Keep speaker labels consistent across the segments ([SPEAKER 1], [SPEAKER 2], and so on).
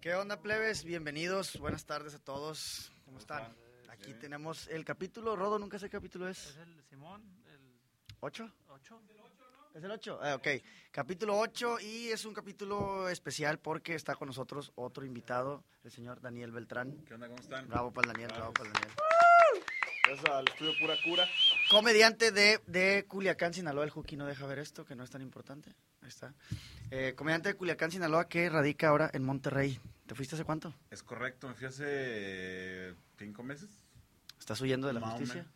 [SPEAKER 1] ¿Qué onda, plebes? Bienvenidos, buenas tardes a todos. ¿Cómo están? Aquí tenemos el capítulo, Rodo, nunca sé qué capítulo
[SPEAKER 2] Es
[SPEAKER 1] es.
[SPEAKER 2] el Simón, el
[SPEAKER 1] ¿Ocho?
[SPEAKER 2] 8.
[SPEAKER 1] ¿Es el 8? ok. Capítulo 8 y es un capítulo especial porque está con nosotros otro invitado, el señor Daniel Beltrán.
[SPEAKER 3] ¿Qué onda? ¿Cómo están?
[SPEAKER 1] Bravo para el Daniel, bravo para el Daniel.
[SPEAKER 3] Gracias al estudio Pura Cura.
[SPEAKER 1] Comediante de, de Culiacán, Sinaloa. El Juki no deja ver esto, que no es tan importante. Ahí está. Eh, comediante de Culiacán, Sinaloa, que radica ahora en Monterrey. ¿Te fuiste hace cuánto?
[SPEAKER 3] Es correcto, me fui hace cinco meses.
[SPEAKER 1] ¿Estás huyendo de la
[SPEAKER 3] Más o
[SPEAKER 1] justicia?
[SPEAKER 3] menos.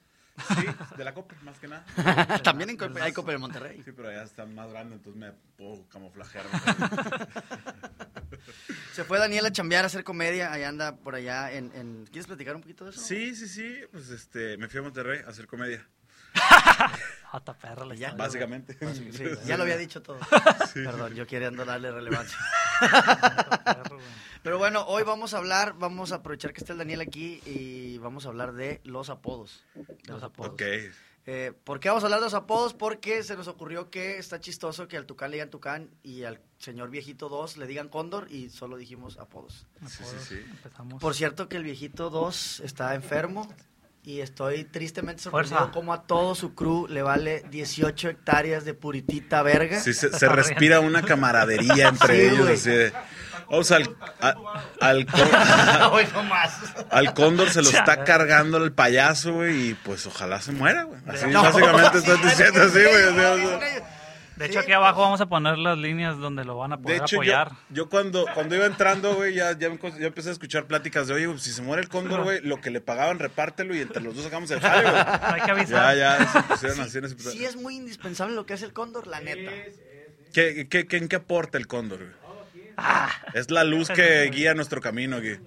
[SPEAKER 3] Sí, de la copa, más que nada.
[SPEAKER 1] También en Copa- hay Copa de Monterrey.
[SPEAKER 3] Sí, pero allá está más grande, entonces me puedo camuflajear.
[SPEAKER 1] Se fue Daniel a chambear a hacer comedia, allá anda por allá en, en- ¿Quieres platicar un poquito de eso?
[SPEAKER 3] sí, sí, sí, pues este, me fui a Monterrey a hacer comedia,
[SPEAKER 2] Jota perra la
[SPEAKER 1] Ya.
[SPEAKER 2] historia.
[SPEAKER 3] básicamente.
[SPEAKER 1] Ah, Sí, ya lo había dicho todo. Perdón, yo queriendo darle relevancia.
[SPEAKER 2] Jota perro, güey.
[SPEAKER 1] Pero bueno, hoy vamos a hablar, vamos a aprovechar que está el Daniel aquí y vamos a hablar de los apodos. De
[SPEAKER 2] Los apodos.
[SPEAKER 3] Ok,
[SPEAKER 1] Eh, ¿Por qué vamos a hablar de los apodos? Porque se nos ocurrió que está chistoso que al Tucán le digan Tucán y al señor viejito 2 le digan Cóndor y solo dijimos apodos.
[SPEAKER 3] sí,
[SPEAKER 2] Apodos,
[SPEAKER 3] sí.
[SPEAKER 2] Empezamos.
[SPEAKER 1] Por cierto que el viejito 2 está enfermo y estoy tristemente sorprendido
[SPEAKER 2] Fuerza.
[SPEAKER 1] como a todo su crew le vale 18 hectáreas de puritita verga.
[SPEAKER 3] Sí, se, se respira una camaradería entre
[SPEAKER 1] Sí,
[SPEAKER 3] ellos,
[SPEAKER 1] güey.
[SPEAKER 3] así de... Vamos al... a- al co-
[SPEAKER 1] Hoy no más.
[SPEAKER 3] Al cóndor se lo
[SPEAKER 2] Chale.
[SPEAKER 3] está cargando el payaso, güey, y pues ojalá se muera, güey. Así
[SPEAKER 1] No.
[SPEAKER 3] básicamente estoy diciendo así, güey. o sea, o sea.
[SPEAKER 2] De hecho, aquí abajo vamos a poner las líneas donde lo van a
[SPEAKER 3] De
[SPEAKER 2] poder
[SPEAKER 3] hecho, yo,
[SPEAKER 2] apoyar.
[SPEAKER 3] yo cuando, cuando iba entrando, güey, ya, ya, me co- ya empecé a escuchar pláticas de, oye, güey, si se muere el cóndor, güey, lo que le pagaban, repártelo y entre los dos sacamos el jale, güey.
[SPEAKER 2] Hay que
[SPEAKER 3] Ya,
[SPEAKER 2] avisar.
[SPEAKER 3] ya, se pusieron así en ese-
[SPEAKER 1] Sí es muy indispensable lo que hace el cóndor, la neta.
[SPEAKER 3] ¿Qué, qué, qué- en qué aporta el cóndor, güey? Es la luz que guía nuestro camino, güey.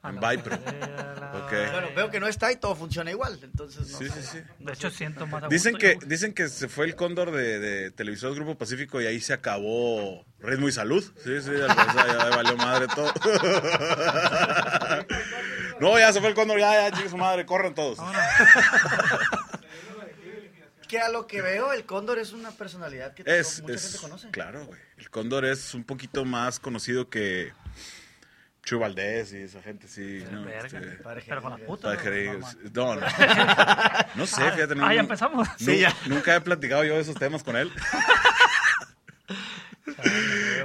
[SPEAKER 2] Ah,
[SPEAKER 3] En Viper. Ok.
[SPEAKER 1] Bueno, veo que no está y todo funciona igual, entonces no
[SPEAKER 3] Sí,
[SPEAKER 1] sé.
[SPEAKER 3] sí, sí.
[SPEAKER 2] De hecho, siento más a
[SPEAKER 3] Dicen
[SPEAKER 2] gusto
[SPEAKER 3] que,
[SPEAKER 2] yo, güey.
[SPEAKER 3] dicen que se fue el cóndor de, de Televisores Grupo Pacífico y ahí se acabó Ritmo y Salud. Sí, sí, ya, ya- ya valió madre todo. No, ya se fue el cóndor, ya, ya, chicos, su madre, corran todos.
[SPEAKER 1] Que a lo que veo, el cóndor es una personalidad que
[SPEAKER 3] Es,
[SPEAKER 1] mucha gente
[SPEAKER 3] es,
[SPEAKER 1] conoce.
[SPEAKER 3] claro, güey. El cóndor es un poquito más conocido que Chu Valdés y esa gente, sí. No,
[SPEAKER 2] Verga.
[SPEAKER 3] Este,
[SPEAKER 1] Padre
[SPEAKER 2] Pero con la
[SPEAKER 1] Jerez.
[SPEAKER 2] puta.
[SPEAKER 3] Padre
[SPEAKER 2] ¿no?
[SPEAKER 3] Jerez.
[SPEAKER 2] Normal.
[SPEAKER 3] No, no. No sé, fíjate. no-
[SPEAKER 2] Ah, ya
[SPEAKER 3] no-
[SPEAKER 2] empezamos.
[SPEAKER 3] nu- Nunca he platicado yo de esos temas con él.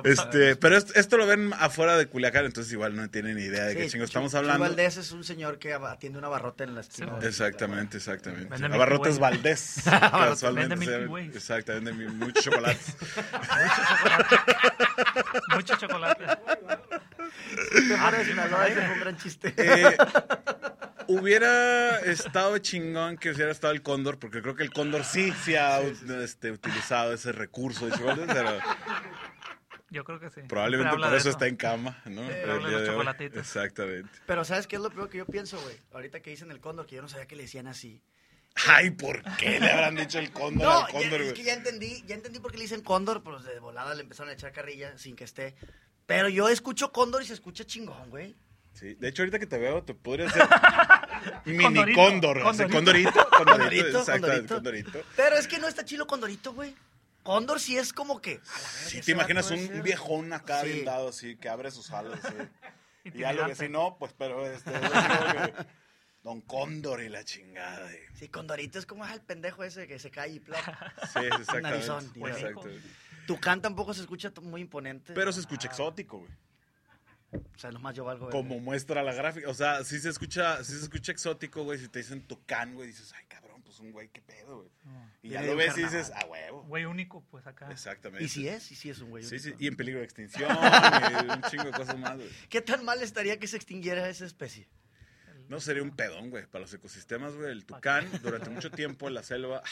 [SPEAKER 2] pues,
[SPEAKER 3] Este, pero esto, esto lo ven afuera de Culiacán, entonces igual no tienen ni idea de qué
[SPEAKER 1] Sí,
[SPEAKER 3] chingo
[SPEAKER 1] Chu-
[SPEAKER 3] estamos
[SPEAKER 1] Chu
[SPEAKER 3] hablando.
[SPEAKER 1] Valdés es un señor que ab- atiende una barrota en la esquina. de-
[SPEAKER 3] Exactamente, exactamente.
[SPEAKER 2] Vende Milky
[SPEAKER 3] Abarrotes
[SPEAKER 2] Way.
[SPEAKER 3] Valdés.
[SPEAKER 2] Vende
[SPEAKER 3] casualmente.
[SPEAKER 2] Milky
[SPEAKER 3] se-
[SPEAKER 2] Ways.
[SPEAKER 3] Exactamente, mi- muchos chocolates.
[SPEAKER 2] Mucho chocolate.
[SPEAKER 1] Te mueres de Sinaloa,
[SPEAKER 2] sí,
[SPEAKER 1] ese fue un gran chiste.
[SPEAKER 3] Eh, hubiera estado chingón que hubiera estado el cóndor, porque creo que el cóndor sí, sí ha este, utilizado ese recurso de chocolates, pero
[SPEAKER 2] Yo creo que sí.
[SPEAKER 3] probablemente
[SPEAKER 2] Siempre habla
[SPEAKER 3] por
[SPEAKER 2] de
[SPEAKER 3] eso está en cama, ¿no?
[SPEAKER 1] Siempre
[SPEAKER 3] El
[SPEAKER 2] habla de los
[SPEAKER 3] día de hoy.
[SPEAKER 2] chocolatitos.
[SPEAKER 3] Exactamente.
[SPEAKER 1] Pero ¿sabes qué es lo peor que yo pienso, güey? Ahorita que dicen el cóndor, que yo no sabía que le decían así.
[SPEAKER 3] Ay, ¿por qué le habrán dicho el cóndor
[SPEAKER 1] No,
[SPEAKER 3] al cóndor,
[SPEAKER 1] ya, es
[SPEAKER 3] güey?
[SPEAKER 1] que ya entendí, ya entendí por qué le dicen cóndor, pues de volada le empezaron a echar carrilla sin que esté. Pero yo escucho cóndor y se escucha chingón, güey.
[SPEAKER 3] Sí, de hecho, ahorita que te veo, te podría hacer mini
[SPEAKER 2] Condorito,
[SPEAKER 3] cóndor. así,
[SPEAKER 2] condorito.
[SPEAKER 1] Condorito,
[SPEAKER 3] Condorito, condorito, exactamente,
[SPEAKER 1] condorito.
[SPEAKER 3] condorito.
[SPEAKER 1] Pero es que no está chilo condorito, güey. Cóndor sí es como que... a la verga,
[SPEAKER 3] Si
[SPEAKER 1] ese
[SPEAKER 3] te imaginas
[SPEAKER 1] vato
[SPEAKER 3] un,
[SPEAKER 1] es-
[SPEAKER 3] un viejón acá
[SPEAKER 1] Sí.
[SPEAKER 3] bien dado, así, que abre sus alas, así. Y ya lo que
[SPEAKER 2] Intimidante.
[SPEAKER 3] si no, pues, pero este. es como que Don Cóndor y la chingada. y-
[SPEAKER 1] Sí, condorito es como ah, el pendejo ese que se cae y placa.
[SPEAKER 3] Sí, exactamente.
[SPEAKER 1] Narizón,
[SPEAKER 3] exacto.
[SPEAKER 1] Tucán tampoco se escucha t- muy imponente.
[SPEAKER 3] Pero se escucha exótico, güey.
[SPEAKER 1] O sea, nomás yo valgo...
[SPEAKER 3] Como muestra la gráfica. O sea, sí se escucha, sí se escucha exótico, güey. Si te dicen tucán, güey, dices, ay, cabrón, pues un güey, qué pedo, güey. Y ya
[SPEAKER 1] Viene de
[SPEAKER 3] lo
[SPEAKER 1] un
[SPEAKER 3] ves y
[SPEAKER 1] carnaval.
[SPEAKER 3] dices, ah, huevo.
[SPEAKER 2] Güey único, pues acá.
[SPEAKER 3] Exactamente.
[SPEAKER 1] Y si es, y si es un güey.
[SPEAKER 3] Sí, sí,
[SPEAKER 1] único.
[SPEAKER 3] y en peligro de extinción, y un chingo de cosas más, güey.
[SPEAKER 1] ¿Qué tan mal estaría que se extinguiera esa especie?
[SPEAKER 3] No, sería un pedón, güey, para los ecosistemas, güey. El tucán, durante mucho tiempo en la selva.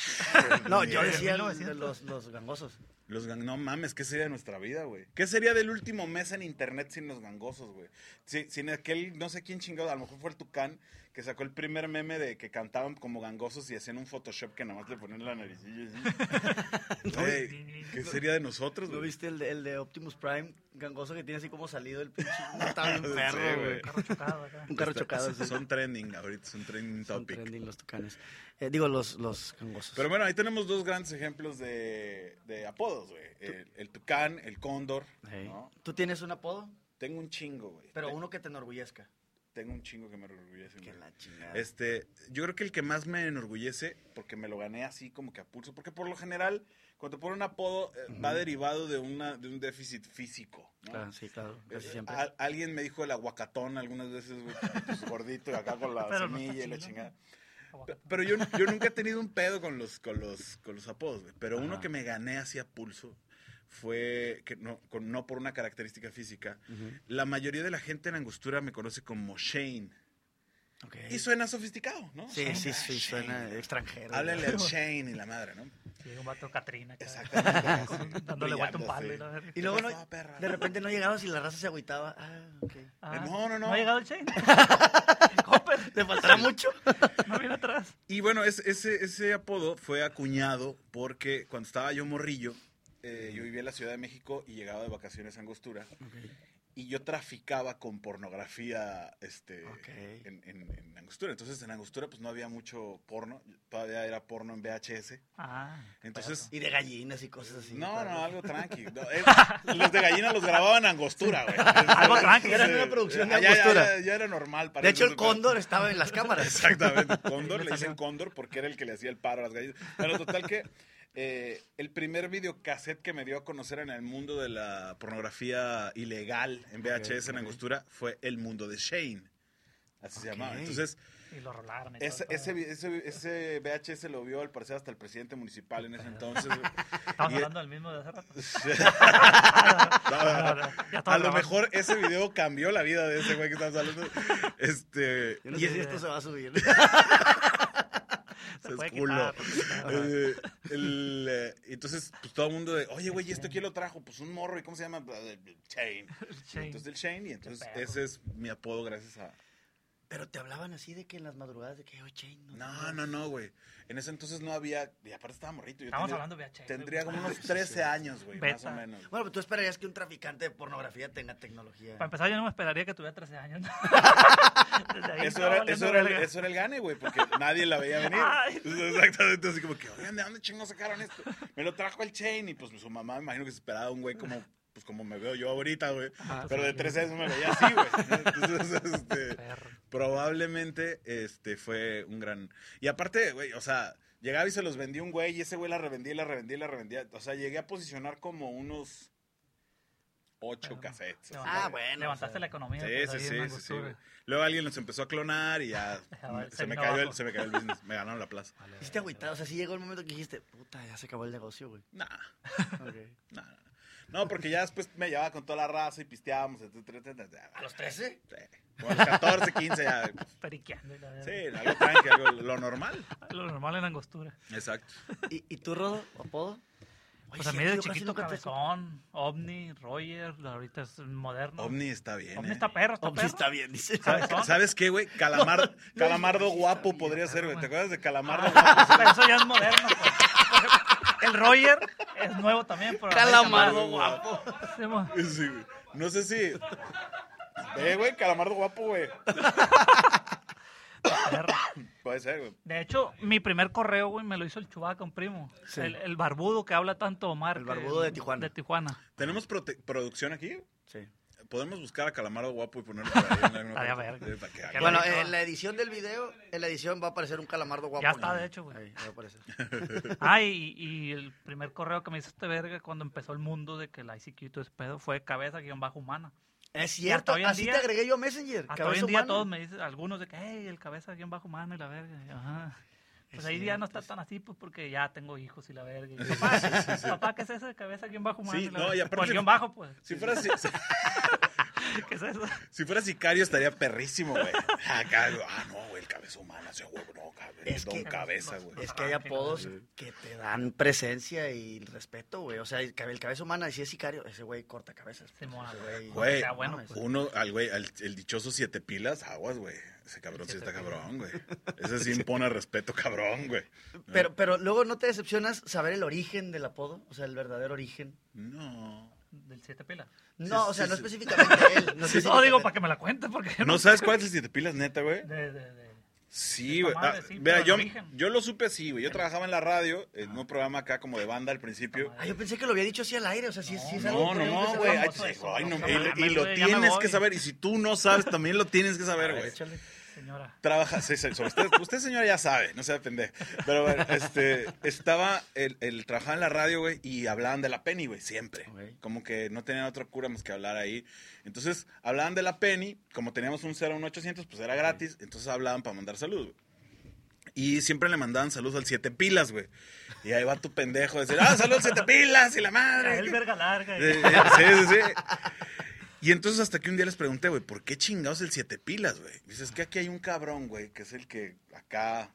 [SPEAKER 1] No, yo
[SPEAKER 2] de
[SPEAKER 1] decía el-
[SPEAKER 2] 1900.
[SPEAKER 1] de los, los gangosos.
[SPEAKER 3] Los gang... No mames, ¿qué sería de nuestra vida, güey? ¿Qué sería del último mes en internet sin los gangosos, güey? Si- sin aquel, no sé quién chingado, a lo mejor fue el Tucán que sacó el primer meme de que cantaban como gangosos y hacían un Photoshop que nada más le ponían la naricilla. así. Güey, ¿Qué sería de nosotros,
[SPEAKER 1] ¿No
[SPEAKER 3] güey?
[SPEAKER 1] viste el de, el de Optimus Prime? Gangoso que tiene así como salido el pinche. No, está bien
[SPEAKER 3] Sí,
[SPEAKER 1] perro,
[SPEAKER 3] güey.
[SPEAKER 1] güey.
[SPEAKER 2] Carro chocado acá.
[SPEAKER 1] Un carro
[SPEAKER 3] Está-
[SPEAKER 1] chocado. sí.
[SPEAKER 3] Son trending ahorita, son trending
[SPEAKER 1] Son
[SPEAKER 3] topic.
[SPEAKER 1] trending los tucanes. Eh, digo, los, los gangosos.
[SPEAKER 3] Pero bueno, ahí tenemos dos grandes ejemplos de, de apodos, güey. El, el Tucán, el Cóndor,
[SPEAKER 1] Ey.
[SPEAKER 3] ¿no? Eh.
[SPEAKER 1] ¿Tú tienes un apodo?
[SPEAKER 3] Tengo un chingo, güey.
[SPEAKER 1] Pero
[SPEAKER 3] Te-
[SPEAKER 1] uno que te enorgullezca.
[SPEAKER 3] Tengo un chingo que me enorgullece.
[SPEAKER 1] Que
[SPEAKER 3] güey.
[SPEAKER 1] la chingada.
[SPEAKER 3] Este, yo creo que el que más me enorgullece, porque me lo gané así como que a pulso, porque por lo general, cuando te ponen un apodo, eh, va derivado de, una, de un déficit físico. ¿no?
[SPEAKER 1] Claro, sí, claro. Casi
[SPEAKER 3] Eh,
[SPEAKER 1] siempre.
[SPEAKER 3] al- alguien me dijo el aguacatón algunas veces, güey, pues, gordito y acá con la
[SPEAKER 2] Pero no está
[SPEAKER 3] semilla y la
[SPEAKER 2] chingón.
[SPEAKER 3] chingada. Pe-
[SPEAKER 2] Aguacate.
[SPEAKER 3] Pero yo, yo nunca he tenido un pedo con los, con los, con los apodos, güey. Pero uno
[SPEAKER 2] Ajá.
[SPEAKER 3] que me gané así a pulso fue, que no, con- no por una característica física,
[SPEAKER 1] Ujú.
[SPEAKER 3] la mayoría de la gente en Angostura me conoce como Shane.
[SPEAKER 1] Ok.
[SPEAKER 3] Y suena sofisticado, ¿no?
[SPEAKER 1] Sí,
[SPEAKER 3] Shane,
[SPEAKER 1] sí,
[SPEAKER 3] ah,
[SPEAKER 1] sí,
[SPEAKER 3] Shane.
[SPEAKER 1] suena extranjero.
[SPEAKER 3] Háblale al Shane y la madre, ¿no?
[SPEAKER 2] Llega un vato Catrina. acá,
[SPEAKER 3] Exactamente.
[SPEAKER 2] Dándole vuelta un palo. y la
[SPEAKER 3] Brillando,
[SPEAKER 2] verga.
[SPEAKER 1] Y luego
[SPEAKER 3] ¿Qué
[SPEAKER 1] no-
[SPEAKER 3] pasó, perra?
[SPEAKER 1] De repente no llegabas y la raza se agüitaba. Ah, ok.
[SPEAKER 2] Ah,
[SPEAKER 3] eh, no, no, no.
[SPEAKER 2] No ha llegado el chain. Copper,
[SPEAKER 1] ¿Te faltará mucho?
[SPEAKER 2] no viene atrás.
[SPEAKER 3] Y bueno, es- ese, ese apodo fue acuñado porque cuando estaba yo morrillo, eh, yo vivía en la Ciudad de México y llegaba de vacaciones a Angostura. Y yo traficaba con pornografía este,
[SPEAKER 1] Ok.
[SPEAKER 3] en, en- en Angostura. Entonces en Angostura pues no había mucho porno. Todavía era porno en VHS.
[SPEAKER 2] Ah,
[SPEAKER 3] Entonces,
[SPEAKER 1] Y de gallinas y cosas así.
[SPEAKER 3] no,
[SPEAKER 1] claro.
[SPEAKER 3] no, algo tranqui. No, es- los de gallina los grababan en Angostura, güey.
[SPEAKER 2] Algo tranqui.
[SPEAKER 1] Era
[SPEAKER 3] Sí. Ah,
[SPEAKER 1] una producción de
[SPEAKER 3] Ya- ya-
[SPEAKER 1] Angostura.
[SPEAKER 3] Ya, ya era normal. para
[SPEAKER 1] De hecho,
[SPEAKER 3] esos
[SPEAKER 1] el
[SPEAKER 3] lugares.
[SPEAKER 1] cóndor estaba en las cámaras.
[SPEAKER 3] Exactamente. Cóndor,
[SPEAKER 2] le
[SPEAKER 3] le dicen
[SPEAKER 2] salió.
[SPEAKER 3] Cóndor porque era el que le hacía el paro a las gallinas. Bueno, total que eh, el primer videocassette que me dio a conocer en el mundo de la pornografía ilegal en VHS en
[SPEAKER 1] ok.
[SPEAKER 3] Angostura fue El Mundo de Shane. Así se
[SPEAKER 1] Ok.
[SPEAKER 3] llamaba. Entonces,
[SPEAKER 2] y lo rolaron. y todo,
[SPEAKER 3] ese,
[SPEAKER 2] todo.
[SPEAKER 3] ese, vi- ese- ese VHS lo vio al parecer hasta el presidente municipal en ese entonces. güey.
[SPEAKER 2] Estamos
[SPEAKER 3] y-
[SPEAKER 2] hablando del mismo de hace rato.
[SPEAKER 3] No, no, no.
[SPEAKER 2] Ya estaba
[SPEAKER 3] Ah, A lo
[SPEAKER 2] grabando.
[SPEAKER 3] mejor ese video cambió la vida de ese güey que estamos hablando. Este,
[SPEAKER 1] Yo no
[SPEAKER 3] y
[SPEAKER 1] sé
[SPEAKER 3] es-
[SPEAKER 1] si esto se va a subir.
[SPEAKER 2] Se
[SPEAKER 3] Eso es
[SPEAKER 2] puede
[SPEAKER 3] culo.
[SPEAKER 2] quitar, pues, porque-
[SPEAKER 3] Eh, el, eh, entonces, pues todo el mundo de, oye, güey, ¿y esto quién lo trajo? Pues un morro, ¿y cómo se llama? Shane.
[SPEAKER 2] El
[SPEAKER 3] Y
[SPEAKER 2] chain.
[SPEAKER 3] Entonces el Shane, y entonces
[SPEAKER 2] perro.
[SPEAKER 3] ese es mi apodo gracias a...
[SPEAKER 1] Pero te hablaban así de que en las madrugadas, de que, oye, Shane, te
[SPEAKER 3] No,
[SPEAKER 1] acuerdas".
[SPEAKER 3] no, no, güey. En ese entonces no había, y aparte estaba morrito. Yo
[SPEAKER 2] Estamos
[SPEAKER 3] tenía,
[SPEAKER 2] hablando de VHS.
[SPEAKER 3] Tendría como unos
[SPEAKER 1] sí,
[SPEAKER 3] 13
[SPEAKER 1] sí.
[SPEAKER 3] años, güey, más o
[SPEAKER 2] Beta.
[SPEAKER 3] menos.
[SPEAKER 1] Bueno, pero tú esperarías que un traficante de pornografía tenga tecnología.
[SPEAKER 2] Para empezar, yo no me esperaría que tuviera 13 años. Desde ahí
[SPEAKER 3] Eso
[SPEAKER 2] estaba
[SPEAKER 3] era,
[SPEAKER 2] valiendo
[SPEAKER 3] eso, era el,
[SPEAKER 2] verga.
[SPEAKER 3] eso era el gane, güey, porque nadie la veía venir.
[SPEAKER 2] Ay.
[SPEAKER 3] Entonces, Exactamente, así como que, oigan, ¿de dónde chingos sacaron esto? Me lo trajo el Chain y pues su mamá me imagino que se esperaba un güey como, pues como me veo yo ahorita, güey.
[SPEAKER 2] Ajá.
[SPEAKER 3] Pero de 13 años me veía así, güey. Entonces, este,
[SPEAKER 2] Perro.
[SPEAKER 3] probablemente este fue un gran... Y aparte, güey, o sea, llegaba y se los vendía un güey y ese güey la revendía y la revendía y la revendía. O sea, llegué a posicionar como unos ocho
[SPEAKER 2] Pero-
[SPEAKER 3] cassettes. así,
[SPEAKER 1] Ah,
[SPEAKER 3] güey.
[SPEAKER 1] bueno.
[SPEAKER 2] Levantaste
[SPEAKER 1] o sea,
[SPEAKER 2] la economía.
[SPEAKER 3] Sí,
[SPEAKER 2] pues,
[SPEAKER 3] sí,
[SPEAKER 2] ahí en
[SPEAKER 3] sí, sí, sí,
[SPEAKER 2] Angostura.
[SPEAKER 3] güey. Luego alguien los empezó a clonar y ya
[SPEAKER 2] Ya,
[SPEAKER 3] me-
[SPEAKER 2] se
[SPEAKER 3] se, me
[SPEAKER 2] vino
[SPEAKER 3] cayó el,
[SPEAKER 2] abajo.
[SPEAKER 3] se me cayó el business. Me ganaron la plaza.
[SPEAKER 1] Sí te agüitado, o sea, sí llegó el momento que dijiste, puta, ya se acabó el negocio, güey.
[SPEAKER 3] Nah, nah, nah. No, porque ya después me llevaba con toda la raza y pisteábamos, etcétera, etcétera. etcétera.
[SPEAKER 1] ¿A los 13?
[SPEAKER 3] Sí. Como a los 14, 15 ya. pues,
[SPEAKER 2] Periqueando. y la verga.
[SPEAKER 3] Sí, algo tranqui, algo lo normal.
[SPEAKER 2] Lo normal en Angostura.
[SPEAKER 3] Exacto.
[SPEAKER 1] ¿Y, y tú, Rodo, o apodo?
[SPEAKER 2] Pues a mí de chiquito cabezón, Omni, Roger, ahorita es moderno.
[SPEAKER 3] Omni está bien.
[SPEAKER 2] Omni
[SPEAKER 3] ¿eh?
[SPEAKER 2] está perro, está
[SPEAKER 1] Omni
[SPEAKER 2] perro.
[SPEAKER 1] Oh, está bien, dice.
[SPEAKER 3] ¿Sabes, ¿Sabes qué, güey? Calamar, calamardo
[SPEAKER 1] está
[SPEAKER 3] guapo
[SPEAKER 1] bien,
[SPEAKER 3] podría ser, güey. ¿Te acuerdas de Calamardo
[SPEAKER 2] Ah,
[SPEAKER 3] guapo?
[SPEAKER 2] pero eso ya es moderno, pues. El Roger es nuevo también, pero...
[SPEAKER 1] Calamardo guapo.
[SPEAKER 2] Sí, mo-
[SPEAKER 3] Sí, güey. No sé si. Eh, güey, Calamardo guapo, güey.
[SPEAKER 2] perro.
[SPEAKER 3] Puede ser, güey.
[SPEAKER 2] De hecho, mi primer correo, güey, me lo hizo el Chubaca, un primo.
[SPEAKER 1] Sí.
[SPEAKER 2] El, el barbudo que habla tanto Omar.
[SPEAKER 1] El
[SPEAKER 2] que-
[SPEAKER 1] barbudo de Tijuana.
[SPEAKER 2] De Tijuana.
[SPEAKER 3] ¿Tenemos prote- producción aquí?
[SPEAKER 1] Sí.
[SPEAKER 3] Podemos buscar a Calamardo Guapo y ponerlo por ahí en alguna
[SPEAKER 2] Estaría
[SPEAKER 3] parte?
[SPEAKER 2] verga.
[SPEAKER 3] Eh, para que
[SPEAKER 2] Que
[SPEAKER 3] haga-
[SPEAKER 1] Bueno,
[SPEAKER 2] bonito.
[SPEAKER 1] en la edición del video, en la edición va a aparecer un calamardo guapo.
[SPEAKER 2] Ya está,
[SPEAKER 1] ¿no?
[SPEAKER 2] de hecho, güey.
[SPEAKER 1] Ahí, ahí va a aparecer.
[SPEAKER 2] Ah, y, y el primer correo que me hizo este verga cuando empezó el mundo de que la ICQ y todo ese pedo fue cabeza-humana.
[SPEAKER 1] Es
[SPEAKER 2] hasta
[SPEAKER 1] cierto,
[SPEAKER 2] hoy en
[SPEAKER 1] así
[SPEAKER 2] día-
[SPEAKER 1] te agregué yo a Messenger.
[SPEAKER 2] Hasta
[SPEAKER 1] cabeza
[SPEAKER 2] hoy en día
[SPEAKER 1] humana.
[SPEAKER 2] todos me dicen, algunos de que, hey, el cabeza guión bajo humano y la verga. Y yo, Ajá. Pues
[SPEAKER 1] Es
[SPEAKER 2] ahí ya no
[SPEAKER 1] cierto,
[SPEAKER 2] está
[SPEAKER 1] sí.
[SPEAKER 2] tan así, pues porque ya tengo hijos y la verga. Y yo, papá, papá, ¿qué es eso de cabeza guión bajo humano?
[SPEAKER 3] Sí,
[SPEAKER 2] la
[SPEAKER 3] no,
[SPEAKER 2] verga?"
[SPEAKER 3] y aparte-
[SPEAKER 2] Pues guión bajo, pues.
[SPEAKER 3] Si fuera, si,
[SPEAKER 2] ¿Qué es eso?
[SPEAKER 3] si fuera sicario estaría perrísimo, güey. Acá, güey, ah, no, güey, el cabeza humana, sí, güey, no, cabe,
[SPEAKER 1] Es
[SPEAKER 3] don
[SPEAKER 1] que-
[SPEAKER 3] cabeza, güey.
[SPEAKER 1] Es que hay apodos que te dan presencia y respeto, güey. O sea, el cabe- el cabeza humana, si es sicario, ese güey corta cabezas. pues,
[SPEAKER 2] Simón.
[SPEAKER 1] ese güey-
[SPEAKER 3] Güey,
[SPEAKER 2] O sea, bueno,
[SPEAKER 1] mames.
[SPEAKER 2] pues,
[SPEAKER 3] Uno, al güey, al- el dichoso siete pilas, aguas, güey. Ese cabrón sí
[SPEAKER 2] Siete
[SPEAKER 3] está
[SPEAKER 2] pilas.
[SPEAKER 3] cabrón, güey. Ese sí impone respeto, cabrón, güey. eh.
[SPEAKER 1] Pero, pero luego no te decepcionas saber el origen del apodo, o sea, el verdadero origen.
[SPEAKER 3] No.
[SPEAKER 2] del siete Pues, pilas.
[SPEAKER 1] No,
[SPEAKER 3] Sí,
[SPEAKER 1] o sea,
[SPEAKER 3] sí,
[SPEAKER 1] no
[SPEAKER 3] sí.
[SPEAKER 1] específicamente él. No,
[SPEAKER 2] No digo para que me la cuente porque...
[SPEAKER 3] ¿No sabes cuál es el siete pilas, neta, güey?
[SPEAKER 2] De, de, de-
[SPEAKER 3] Sí,
[SPEAKER 2] Está
[SPEAKER 3] güey.
[SPEAKER 2] madre,
[SPEAKER 3] Ah,
[SPEAKER 2] sí,
[SPEAKER 3] mira,
[SPEAKER 2] pero
[SPEAKER 3] yo,
[SPEAKER 2] el origen.
[SPEAKER 3] yo lo supe, sí, güey. Yo trabajaba en la radio, en un programa acá como de banda al principio.
[SPEAKER 1] Ah, yo pensé que lo había dicho así al aire, o sea, sí, sí es algo
[SPEAKER 3] No, no,
[SPEAKER 1] que tenemos
[SPEAKER 3] no,
[SPEAKER 1] que
[SPEAKER 3] güey. Ay,
[SPEAKER 1] saber.
[SPEAKER 2] famoso eso,
[SPEAKER 3] ay,
[SPEAKER 2] no,
[SPEAKER 3] no,
[SPEAKER 2] no
[SPEAKER 3] y-
[SPEAKER 2] mames,
[SPEAKER 3] y, lo
[SPEAKER 2] güey, ya me
[SPEAKER 3] tienes
[SPEAKER 2] voy.
[SPEAKER 3] que saber. Y si tú no sabes, también lo tienes que saber, güey.
[SPEAKER 2] Échale, señora.
[SPEAKER 3] Trabaja, sí, sí, sobre- usted, usted, señora, ya sabe, no sea pendejo. Pero bueno, este, estaba, el, el- trabajaba en la radio, güey, y hablaban de la Penny, güey, siempre.
[SPEAKER 1] Ok.
[SPEAKER 3] Como que no tenían otra cura más que hablar ahí. Entonces, hablaban de la Penny, como teníamos un 01800, pues era gratis, entonces hablaban para mandar saludos, güey. Y siempre le mandaban saludos al siete pilas, güey. Y ahí va tu pendejo a decir, ah, saludos al siete pilas y la madre.
[SPEAKER 2] El verga larga. y-
[SPEAKER 3] Eh, eh, Sí, sí, sí. Y entonces hasta que un día les pregunté, güey, ¿por qué chingados el siete pilas, güey? Dices, es que aquí hay un cabrón, güey, que es el que acá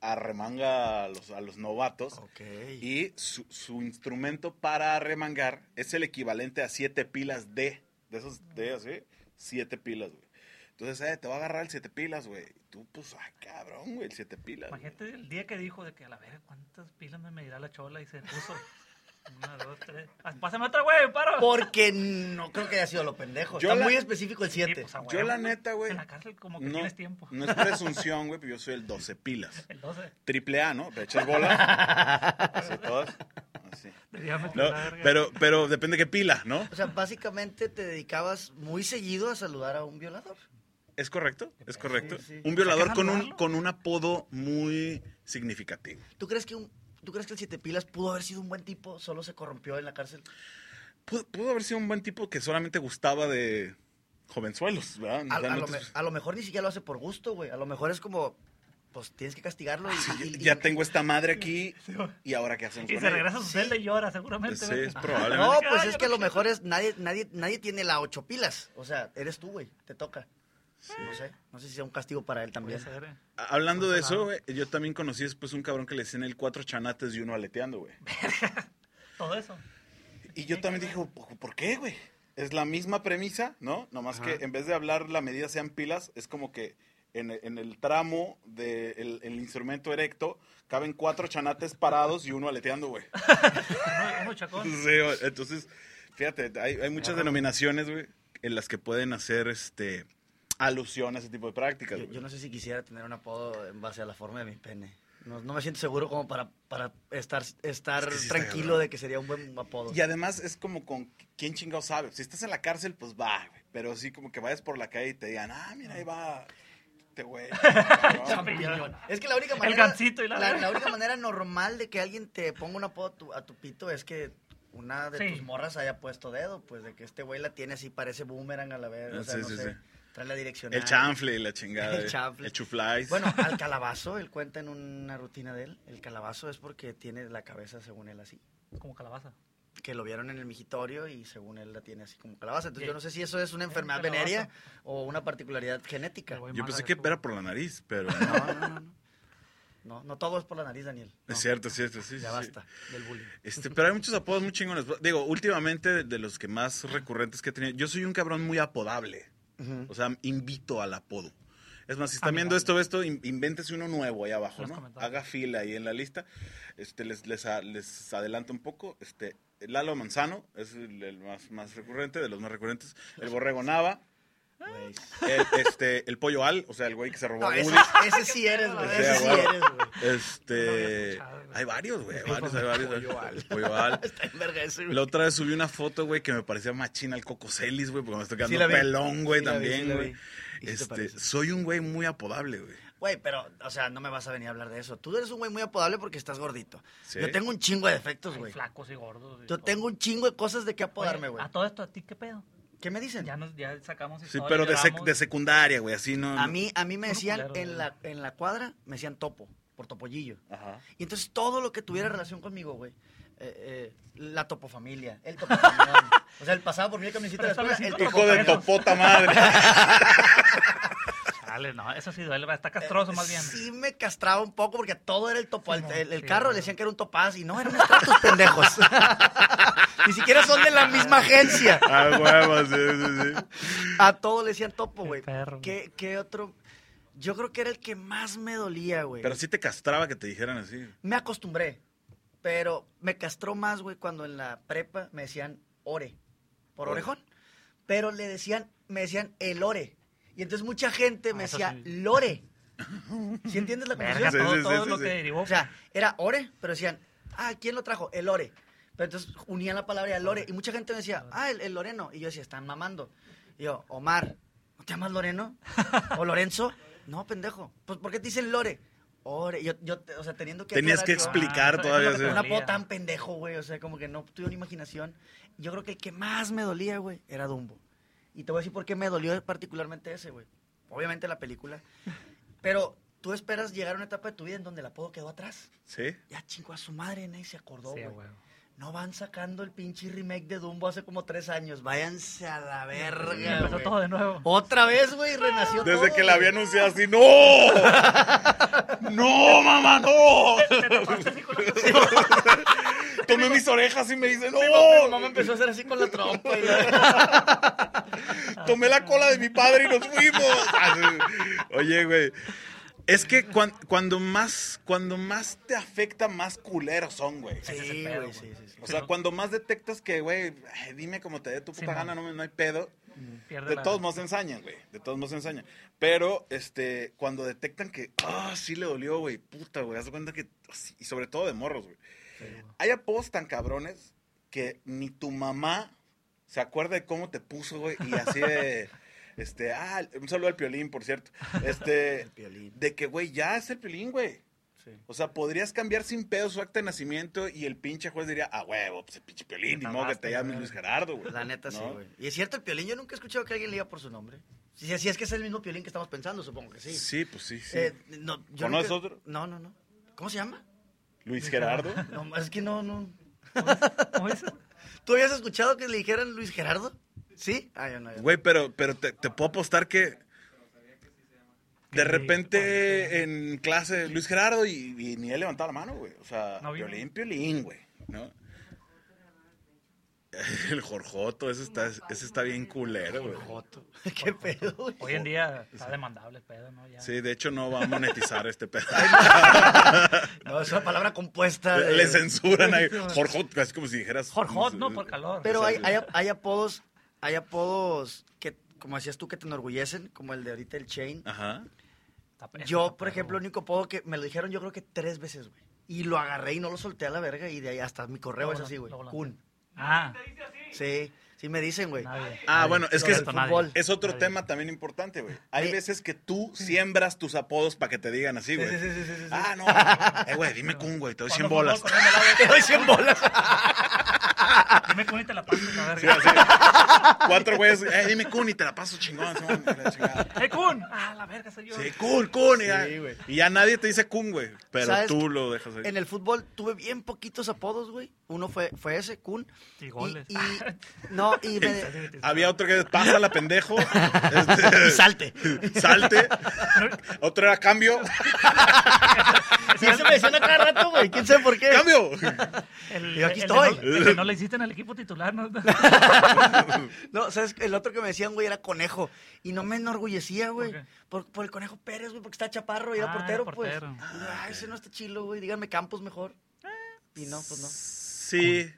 [SPEAKER 3] arremanga a los, a los novatos.
[SPEAKER 1] Ok.
[SPEAKER 3] Y su, su instrumento para arremangar es el equivalente a siete pilas de, de esos de así, siete pilas, güey. Entonces, eh, te va a agarrar el siete pilas, güey. Tú, pues, ay, cabrón, güey, el siete pilas. güey.
[SPEAKER 2] Imagínate el día que dijo de que a la verga, ¿cuántas pilas me medirá la chola? Y se puso. Una, dos, tres. Ah, Pásame otra, güey, paro.
[SPEAKER 1] Porque no creo que haya sido lo pendejo.
[SPEAKER 3] Yo
[SPEAKER 1] Está
[SPEAKER 3] la-
[SPEAKER 1] muy específico el 7.
[SPEAKER 2] Sí, pues, a
[SPEAKER 3] Yo,
[SPEAKER 2] huevo,
[SPEAKER 3] la
[SPEAKER 2] ¿no?
[SPEAKER 3] neta, güey,
[SPEAKER 2] En la cárcel como que
[SPEAKER 3] no,
[SPEAKER 2] tienes tiempo.
[SPEAKER 3] no es presunción, güey, pero yo soy el doce pilas.
[SPEAKER 2] El 12.
[SPEAKER 3] triple A, ¿no? Le echas bolas. Así todas. Así.
[SPEAKER 2] de diámetro,
[SPEAKER 3] No,
[SPEAKER 2] la verga.
[SPEAKER 3] pero, pero depende qué pila, ¿no?
[SPEAKER 1] O sea, básicamente te dedicabas muy seguido a saludar a un violador.
[SPEAKER 3] ¿Es correcto? Es correcto.
[SPEAKER 1] Sí, sí.
[SPEAKER 3] Un violador
[SPEAKER 2] que
[SPEAKER 3] con un,
[SPEAKER 2] saludarlo.
[SPEAKER 3] con un apodo muy significativo.
[SPEAKER 1] ¿Tú crees que un, tú crees que el siete pilas pudo haber sido un buen tipo, solo se corrompió en la cárcel?
[SPEAKER 3] Pudo, pudo haber sido un buen tipo que solamente gustaba de jovenzuelos, ¿verdad?
[SPEAKER 1] A,
[SPEAKER 3] O sea,
[SPEAKER 1] a
[SPEAKER 3] no
[SPEAKER 1] lo,
[SPEAKER 3] te-
[SPEAKER 1] me- a lo mejor ni siquiera lo hace por gusto, güey. A lo mejor es como, pues tienes que castigarlo y,
[SPEAKER 3] Ah, Sí,
[SPEAKER 1] y-
[SPEAKER 3] ya,
[SPEAKER 1] y-
[SPEAKER 3] ya tengo esta madre aquí
[SPEAKER 2] Sí, güey.
[SPEAKER 3] y ahora qué hacemos
[SPEAKER 2] Y
[SPEAKER 3] con
[SPEAKER 2] se
[SPEAKER 3] ella?
[SPEAKER 2] regresa a su celda y llora, seguramente.
[SPEAKER 3] Sí,
[SPEAKER 2] güey.
[SPEAKER 3] es probable.
[SPEAKER 1] No,
[SPEAKER 2] Ay,
[SPEAKER 1] pues
[SPEAKER 2] yo
[SPEAKER 1] es que a
[SPEAKER 2] no
[SPEAKER 1] lo mejor es nadie, nadie, nadie tiene la ocho pilas. O sea, eres tú, güey. Te toca. No sé. No sé si sea un castigo para él
[SPEAKER 2] Puede
[SPEAKER 1] también.
[SPEAKER 2] ser, eh.
[SPEAKER 3] A- Hablando de eso,
[SPEAKER 2] Ojalá.
[SPEAKER 3] güey, yo también conocí después un cabrón que le decían el cuatro chanates y uno aleteando, güey.
[SPEAKER 2] Todo eso.
[SPEAKER 3] Y yo también dije, "¿Por- ¿por qué, güey? Es la misma premisa, ¿no? Nomás
[SPEAKER 1] Ajá.
[SPEAKER 3] que en vez de hablar la medida sean pilas, es como que en, e- en el tramo del instrumento erecto caben cuatro chanates parados y uno aleteando, güey.
[SPEAKER 2] Uno, uno chacón.
[SPEAKER 3] Sí, güey. entonces, fíjate, hay, hay muchas denominaciones, güey, en las que pueden hacer este alusión a ese tipo de prácticas,
[SPEAKER 1] Yo,
[SPEAKER 3] güey.
[SPEAKER 1] yo no sé si quisiera tener un apodo en base a la forma de mi pene. No, no me siento seguro como para, para estar, estar
[SPEAKER 3] Es que sí está
[SPEAKER 1] tranquilo
[SPEAKER 3] cabrón.
[SPEAKER 1] de que sería un buen apodo.
[SPEAKER 3] Y además es como con quién chingado sabe. Si estás en la cárcel, pues va, güey. Pero sí como que vayas por la calle y te digan, ah, mira, ahí va este güey. cabrón".
[SPEAKER 1] Champiñón. Es que la única manera.
[SPEAKER 2] gansito y la-
[SPEAKER 1] la única manera normal de que alguien te ponga un apodo a tu, a tu pito es que una de
[SPEAKER 2] Sí.
[SPEAKER 1] tus morras haya puesto dedo, pues de que este güey la tiene así, parece boomerang a la vez. O sea,
[SPEAKER 3] Ah, Sí,
[SPEAKER 1] no
[SPEAKER 3] sí,
[SPEAKER 1] sé.
[SPEAKER 3] sí.
[SPEAKER 1] Trae la dirección.
[SPEAKER 3] El chanfle y la chingada.
[SPEAKER 1] El
[SPEAKER 3] eh.
[SPEAKER 1] chanfle.
[SPEAKER 3] El chuflais.
[SPEAKER 1] Bueno, al calabazo, él cuenta en una rutina de él. El calabazo es porque tiene la cabeza, según él, así.
[SPEAKER 2] Como calabaza.
[SPEAKER 1] que lo vieron en el migitorio y según él la tiene así como calabaza. Entonces
[SPEAKER 2] Sí.
[SPEAKER 1] yo no sé si eso es una
[SPEAKER 2] Es
[SPEAKER 1] enfermedad
[SPEAKER 2] calabaza.
[SPEAKER 1] venerea o una particularidad genética.
[SPEAKER 2] El
[SPEAKER 1] No,
[SPEAKER 2] güey
[SPEAKER 3] Yo
[SPEAKER 2] mala
[SPEAKER 3] pensé
[SPEAKER 2] de
[SPEAKER 3] que
[SPEAKER 2] su-
[SPEAKER 3] era por la nariz, pero no.
[SPEAKER 1] no, no, no. No, no todo es por la nariz, Daniel. No,
[SPEAKER 3] Es cierto, es cierto, sí. sí,
[SPEAKER 1] Ya
[SPEAKER 3] sí.
[SPEAKER 1] basta del bullying.
[SPEAKER 3] Este, pero hay muchos apodos muy chingones. Digo, últimamente de, de los que más recurrentes que he tenido, yo soy un cabrón muy apodable.
[SPEAKER 1] Ujú.
[SPEAKER 3] O sea, invito al apodo. Es más, si están
[SPEAKER 2] Amigable.
[SPEAKER 3] viendo esto, esto, in- invéntese uno nuevo ahí abajo,
[SPEAKER 2] Los
[SPEAKER 3] ¿no?
[SPEAKER 2] comentarios.
[SPEAKER 3] Haga fila ahí en la lista. Este, les, les, a- les adelanto un poco. Este, Lalo Manzano es el, el más, más recurrente, de los más recurrentes. El Borrego Nava.
[SPEAKER 1] Güey.
[SPEAKER 3] El, este, el Pollo Al, o sea, el güey que se robó
[SPEAKER 1] Ah. No,
[SPEAKER 3] a
[SPEAKER 1] ese,
[SPEAKER 3] Woody.
[SPEAKER 1] ese sí eres, güey.
[SPEAKER 3] Sí,
[SPEAKER 1] Ese sí
[SPEAKER 3] güey.
[SPEAKER 1] eres, güey.
[SPEAKER 2] No lo había
[SPEAKER 3] Este.
[SPEAKER 2] escuchado, güey.
[SPEAKER 3] Hay varios, güey. Hay
[SPEAKER 1] Discúlpame,
[SPEAKER 3] varios, hay varios.
[SPEAKER 1] Pollo Al.
[SPEAKER 3] El pollo al.
[SPEAKER 1] Está en verga ese, güey.
[SPEAKER 3] La otra vez subí una foto, güey, que me parecía machina el Coco Celis, güey, porque me
[SPEAKER 1] Sí
[SPEAKER 3] estoy quedando
[SPEAKER 1] la vi.
[SPEAKER 3] pelón, güey,
[SPEAKER 1] Sí la vi, sí
[SPEAKER 3] también,
[SPEAKER 1] la
[SPEAKER 3] güey.
[SPEAKER 1] vi. Y sí te
[SPEAKER 3] Este,
[SPEAKER 1] pareces.
[SPEAKER 3] soy un güey muy apodable, güey.
[SPEAKER 1] Güey, pero, o sea, no me vas a venir a hablar de eso. Tú eres un güey muy apodable porque estás gordito.
[SPEAKER 3] Sí.
[SPEAKER 1] Yo tengo un chingo de defectos,
[SPEAKER 2] Hay
[SPEAKER 1] güey.
[SPEAKER 2] Flacos y gordos. y todo.
[SPEAKER 1] Yo tengo un chingo de cosas de qué
[SPEAKER 2] Oye,
[SPEAKER 1] apodarme, güey.
[SPEAKER 2] A todo esto, ¿a ti qué pedo?
[SPEAKER 1] ¿Qué me dicen?
[SPEAKER 2] Ya, nos, ya sacamos
[SPEAKER 3] Sí,
[SPEAKER 2] historia,
[SPEAKER 3] pero de, sec-
[SPEAKER 2] lloramos.
[SPEAKER 3] de secundaria, güey, así no.
[SPEAKER 1] A mí, a mí me
[SPEAKER 2] Puro
[SPEAKER 1] decían
[SPEAKER 2] culero,
[SPEAKER 1] en
[SPEAKER 2] güey.
[SPEAKER 1] la, en la cuadra, me decían topo, por topollillo.
[SPEAKER 3] Ajá.
[SPEAKER 1] Y entonces todo lo que tuviera relación conmigo, güey. eh, eh, la topofamilia, el topocañón. o sea, el pasado por mi camiseta de la
[SPEAKER 2] Pero
[SPEAKER 1] escuela,
[SPEAKER 2] sabes,
[SPEAKER 1] el
[SPEAKER 2] sí,
[SPEAKER 3] Hijo de
[SPEAKER 2] Topopelos.
[SPEAKER 3] topota madre.
[SPEAKER 2] Chale, no, eso sí duele, está castroso más bien.
[SPEAKER 1] Sí me castraba un poco porque todo era el topo.
[SPEAKER 2] Sí,
[SPEAKER 1] el,
[SPEAKER 2] mo-
[SPEAKER 1] el- el
[SPEAKER 2] sí,
[SPEAKER 1] carro
[SPEAKER 2] güey.
[SPEAKER 1] le decían que era un topaz y no, eran estratos pendejos. Ni siquiera son de la misma agencia.
[SPEAKER 3] A Ah, huevo, sí, sí, sí.
[SPEAKER 1] A todos le decían topo,
[SPEAKER 2] Qué
[SPEAKER 1] güey.
[SPEAKER 2] perro,
[SPEAKER 1] ¿Qué, qué otro? Yo creo que era el que más me dolía, güey.
[SPEAKER 3] Pero sí te castraba que te dijeran así.
[SPEAKER 1] Me acostumbré, pero me castró más, güey, cuando en la prepa me decían ore, por
[SPEAKER 3] Ore.
[SPEAKER 1] orejón. Pero le decían, me decían el ore. Y entonces mucha gente me
[SPEAKER 2] Ah, eso
[SPEAKER 1] decía
[SPEAKER 2] sí.
[SPEAKER 1] lore. ¿Sí entiendes la
[SPEAKER 2] Verga,
[SPEAKER 1] confusión?
[SPEAKER 3] Sí,
[SPEAKER 2] todo,
[SPEAKER 3] sí,
[SPEAKER 2] todo
[SPEAKER 3] sí,
[SPEAKER 2] lo
[SPEAKER 3] sí.
[SPEAKER 2] que derivó.
[SPEAKER 1] O sea, era ore, pero decían, ah, ¿quién lo trajo? El ore. Pero entonces unían la palabra y al lore. Y mucha gente me decía, ah, el, el Loreno. Y yo decía, están mamando. Y yo, Omar, ¿no te llamas Loreno? ¿O Lorenzo? No, pendejo. Pues, ¿por qué te dicen lore? Ore. Yo, yo, te- o sea, teniendo que...
[SPEAKER 3] Tenías que
[SPEAKER 1] aclarar
[SPEAKER 2] explicar
[SPEAKER 3] explicar
[SPEAKER 2] Ah,
[SPEAKER 3] todavía.
[SPEAKER 2] eso es
[SPEAKER 1] que-
[SPEAKER 2] lo
[SPEAKER 1] Un
[SPEAKER 2] que
[SPEAKER 3] así.
[SPEAKER 1] apodo
[SPEAKER 2] dolía.
[SPEAKER 1] tan pendejo, güey. O sea, como que no tuve una imaginación. Yo creo que el que más me dolía, güey, era Dumbo. Y te voy a decir por qué me dolió particularmente ese, güey. Obviamente la película. Pero tú esperas llegar a una etapa de tu vida en donde el apodo quedó atrás.
[SPEAKER 3] Sí.
[SPEAKER 1] Ya chingo a su madre, nadie se acordó,
[SPEAKER 2] Sí,
[SPEAKER 1] güey.
[SPEAKER 2] güey.
[SPEAKER 1] no van sacando el pinche remake de Dumbo hace como tres años. Váyanse a la
[SPEAKER 2] Y
[SPEAKER 1] verga,
[SPEAKER 2] empezó
[SPEAKER 1] güey.
[SPEAKER 2] todo de nuevo.
[SPEAKER 1] Otra vez, güey, renació todo,
[SPEAKER 3] Desde que la
[SPEAKER 1] güey.
[SPEAKER 3] había anunciado así, ¡no! ¡No, mamá, no!
[SPEAKER 2] Te tapaste así con la-
[SPEAKER 3] Tomé mis orejas y me dice,
[SPEAKER 1] Mi mamá, mi mamá
[SPEAKER 3] ¡no!
[SPEAKER 1] empezó a hacer así con la trompa. y la-
[SPEAKER 3] Tomé la cola de mi padre y nos fuimos. Así. Oye, güey. Es que cuan- cuando más cuando más te afecta, más culeros son, güey.
[SPEAKER 1] Sí,
[SPEAKER 2] Ese es el
[SPEAKER 1] güey,
[SPEAKER 2] pedo, güey.
[SPEAKER 1] sí, sí, sí.
[SPEAKER 3] O sea, cuando más detectas que, güey, ay, dime como te dé tu puta
[SPEAKER 2] Simón.
[SPEAKER 3] gana, no, me- no hay pedo.
[SPEAKER 2] Pierde
[SPEAKER 3] De
[SPEAKER 2] la-
[SPEAKER 3] todos modos se ensañan, güey. De todos modos se ensañan. Pero, este, cuando detectan que, ah, sí le dolió, güey, puta, güey, haz de cuenta que, sí, y sobre todo de morros, güey.
[SPEAKER 2] Sí, güey.
[SPEAKER 3] Hay apodos tan cabrones que ni tu mamá se acuerda de cómo te puso, güey, y así de, este, ah, un saludo al piolín, por cierto. Este,
[SPEAKER 1] El piolín,
[SPEAKER 3] de que, güey, ya es el piolín, güey.
[SPEAKER 1] sí.
[SPEAKER 3] O sea, podrías cambiar sin pedo su acta de nacimiento y el pinche juez diría, ah, huevo, pues el pinche piolín, ni
[SPEAKER 2] Te
[SPEAKER 3] modo que
[SPEAKER 2] tardaste,
[SPEAKER 3] te llames
[SPEAKER 2] güey.
[SPEAKER 3] Luis Gerardo, güey.
[SPEAKER 1] La neta sí,
[SPEAKER 3] ¿No?
[SPEAKER 1] güey. Y es cierto, el piolín, yo nunca he escuchado que alguien le diga por su nombre. Si, si es que es el mismo piolín que estamos pensando, supongo que sí.
[SPEAKER 3] Sí, pues sí, sí.
[SPEAKER 1] Eh, no, yo
[SPEAKER 3] ¿Conoces
[SPEAKER 1] nunca-
[SPEAKER 3] otro?
[SPEAKER 1] No, no, no. ¿Cómo se llama?
[SPEAKER 3] Luis Gerardo.
[SPEAKER 1] No, es que no, no.
[SPEAKER 2] ¿Cómo dices?
[SPEAKER 1] ¿Tú habías escuchado que le dijeran Luis Gerardo? ¿Sí? Ah, yo no. yo no.
[SPEAKER 3] Güey, pero, pero te, te puedo apostar que de repente en clase Luis Gerardo y, y ni él levantaba la mano, güey. O sea,
[SPEAKER 2] No vino.
[SPEAKER 3] violín, violín, güey. ¿No? El Jorjoto, ese está, ese está bien culero, güey.
[SPEAKER 1] Joto. ¿Qué pedo, güey?
[SPEAKER 2] Hoy en día está demandable el pedo, ¿no? Ya.
[SPEAKER 3] Sí, de hecho no va a monetizar este pedo.
[SPEAKER 1] No, es una palabra compuesta. eh. de-
[SPEAKER 3] Le censuran ahí. Jorjoto, casi como si dijeras.
[SPEAKER 2] Jorjot, ¿no? Por calor.
[SPEAKER 1] Pero hay,
[SPEAKER 3] Exacto.
[SPEAKER 1] hay, hay apodos, hay apodos que, como decías tú, que te enorgullecen, como el de ahorita el Chain.
[SPEAKER 3] Ajá.
[SPEAKER 2] Está pe-
[SPEAKER 1] Yo,
[SPEAKER 2] está
[SPEAKER 1] por
[SPEAKER 2] perro,
[SPEAKER 1] ejemplo, el único apodo que me lo dijeron yo creo que tres veces, güey. Y lo agarré y no lo solté a la verga y de ahí hasta mi correo
[SPEAKER 2] Lo
[SPEAKER 1] es
[SPEAKER 2] volan-
[SPEAKER 1] así, güey.
[SPEAKER 2] lo volan-
[SPEAKER 1] Kun.
[SPEAKER 2] Ah,
[SPEAKER 1] Sí, sí me dicen, güey.
[SPEAKER 2] nadie.
[SPEAKER 3] Ah, bueno, es que
[SPEAKER 1] Lo
[SPEAKER 3] es,
[SPEAKER 1] del
[SPEAKER 2] nadie.
[SPEAKER 1] fútbol.
[SPEAKER 3] es otro
[SPEAKER 2] Nadie.
[SPEAKER 3] tema también importante, güey. Hay
[SPEAKER 1] Sí.
[SPEAKER 3] veces que tú siembras tus apodos para que te digan así, güey.
[SPEAKER 1] Sí, sí, sí, sí, sí, sí.
[SPEAKER 3] Ah, no. Eh, güey, dime Kun, güey. Te doy 100
[SPEAKER 2] Cuando
[SPEAKER 3] bolas.
[SPEAKER 2] jugó con él, me la-
[SPEAKER 1] Te doy 100 bolas.
[SPEAKER 2] Dime cómo te la paso, la
[SPEAKER 3] Sí,
[SPEAKER 2] verga.
[SPEAKER 3] así. Cuatro güeyes. Eh, dime Kun y te la paso chingón. Sí, mami, la chingada.
[SPEAKER 2] ¡Eh, Kun! ¡Ah, la verga, soy yo!
[SPEAKER 3] Sí, Kun, Kun. Y, ya-
[SPEAKER 1] Sí, güey.
[SPEAKER 3] y ya nadie te dice Kun, güey. Pero
[SPEAKER 1] ¿Sabes?
[SPEAKER 3] tú lo dejas ahí.
[SPEAKER 1] En el fútbol tuve bien poquitos apodos, güey. Uno fue, fue ese, Kun.
[SPEAKER 2] Y goles. Ah,
[SPEAKER 1] Y, ah, no, y me...
[SPEAKER 3] Había otro que pásala, pendejo.
[SPEAKER 1] y
[SPEAKER 3] Este,
[SPEAKER 1] salte.
[SPEAKER 3] salte. Otro era cambio.
[SPEAKER 1] Sí, eso me decían a cada rato, güey. ¿Quién sabe por qué?
[SPEAKER 3] ¡Cambio!
[SPEAKER 2] El,
[SPEAKER 1] Yo aquí
[SPEAKER 2] el de
[SPEAKER 1] estoy.
[SPEAKER 2] no- el que no le hiciste en el equipo titular, ¿no?
[SPEAKER 1] No, ¿sabes? El otro que me decían, güey, era conejo. Y no me enorgullecía, güey.
[SPEAKER 2] ¿Por qué?
[SPEAKER 1] Por, por el conejo Pérez, güey, porque está chaparro y era
[SPEAKER 2] Ah,
[SPEAKER 1] portero,
[SPEAKER 2] era
[SPEAKER 1] pues.
[SPEAKER 2] portero. Eh,
[SPEAKER 1] Y yo, Ay, ese no está chilo, güey. Díganme Campos mejor. Y no, pues no.
[SPEAKER 3] Sí.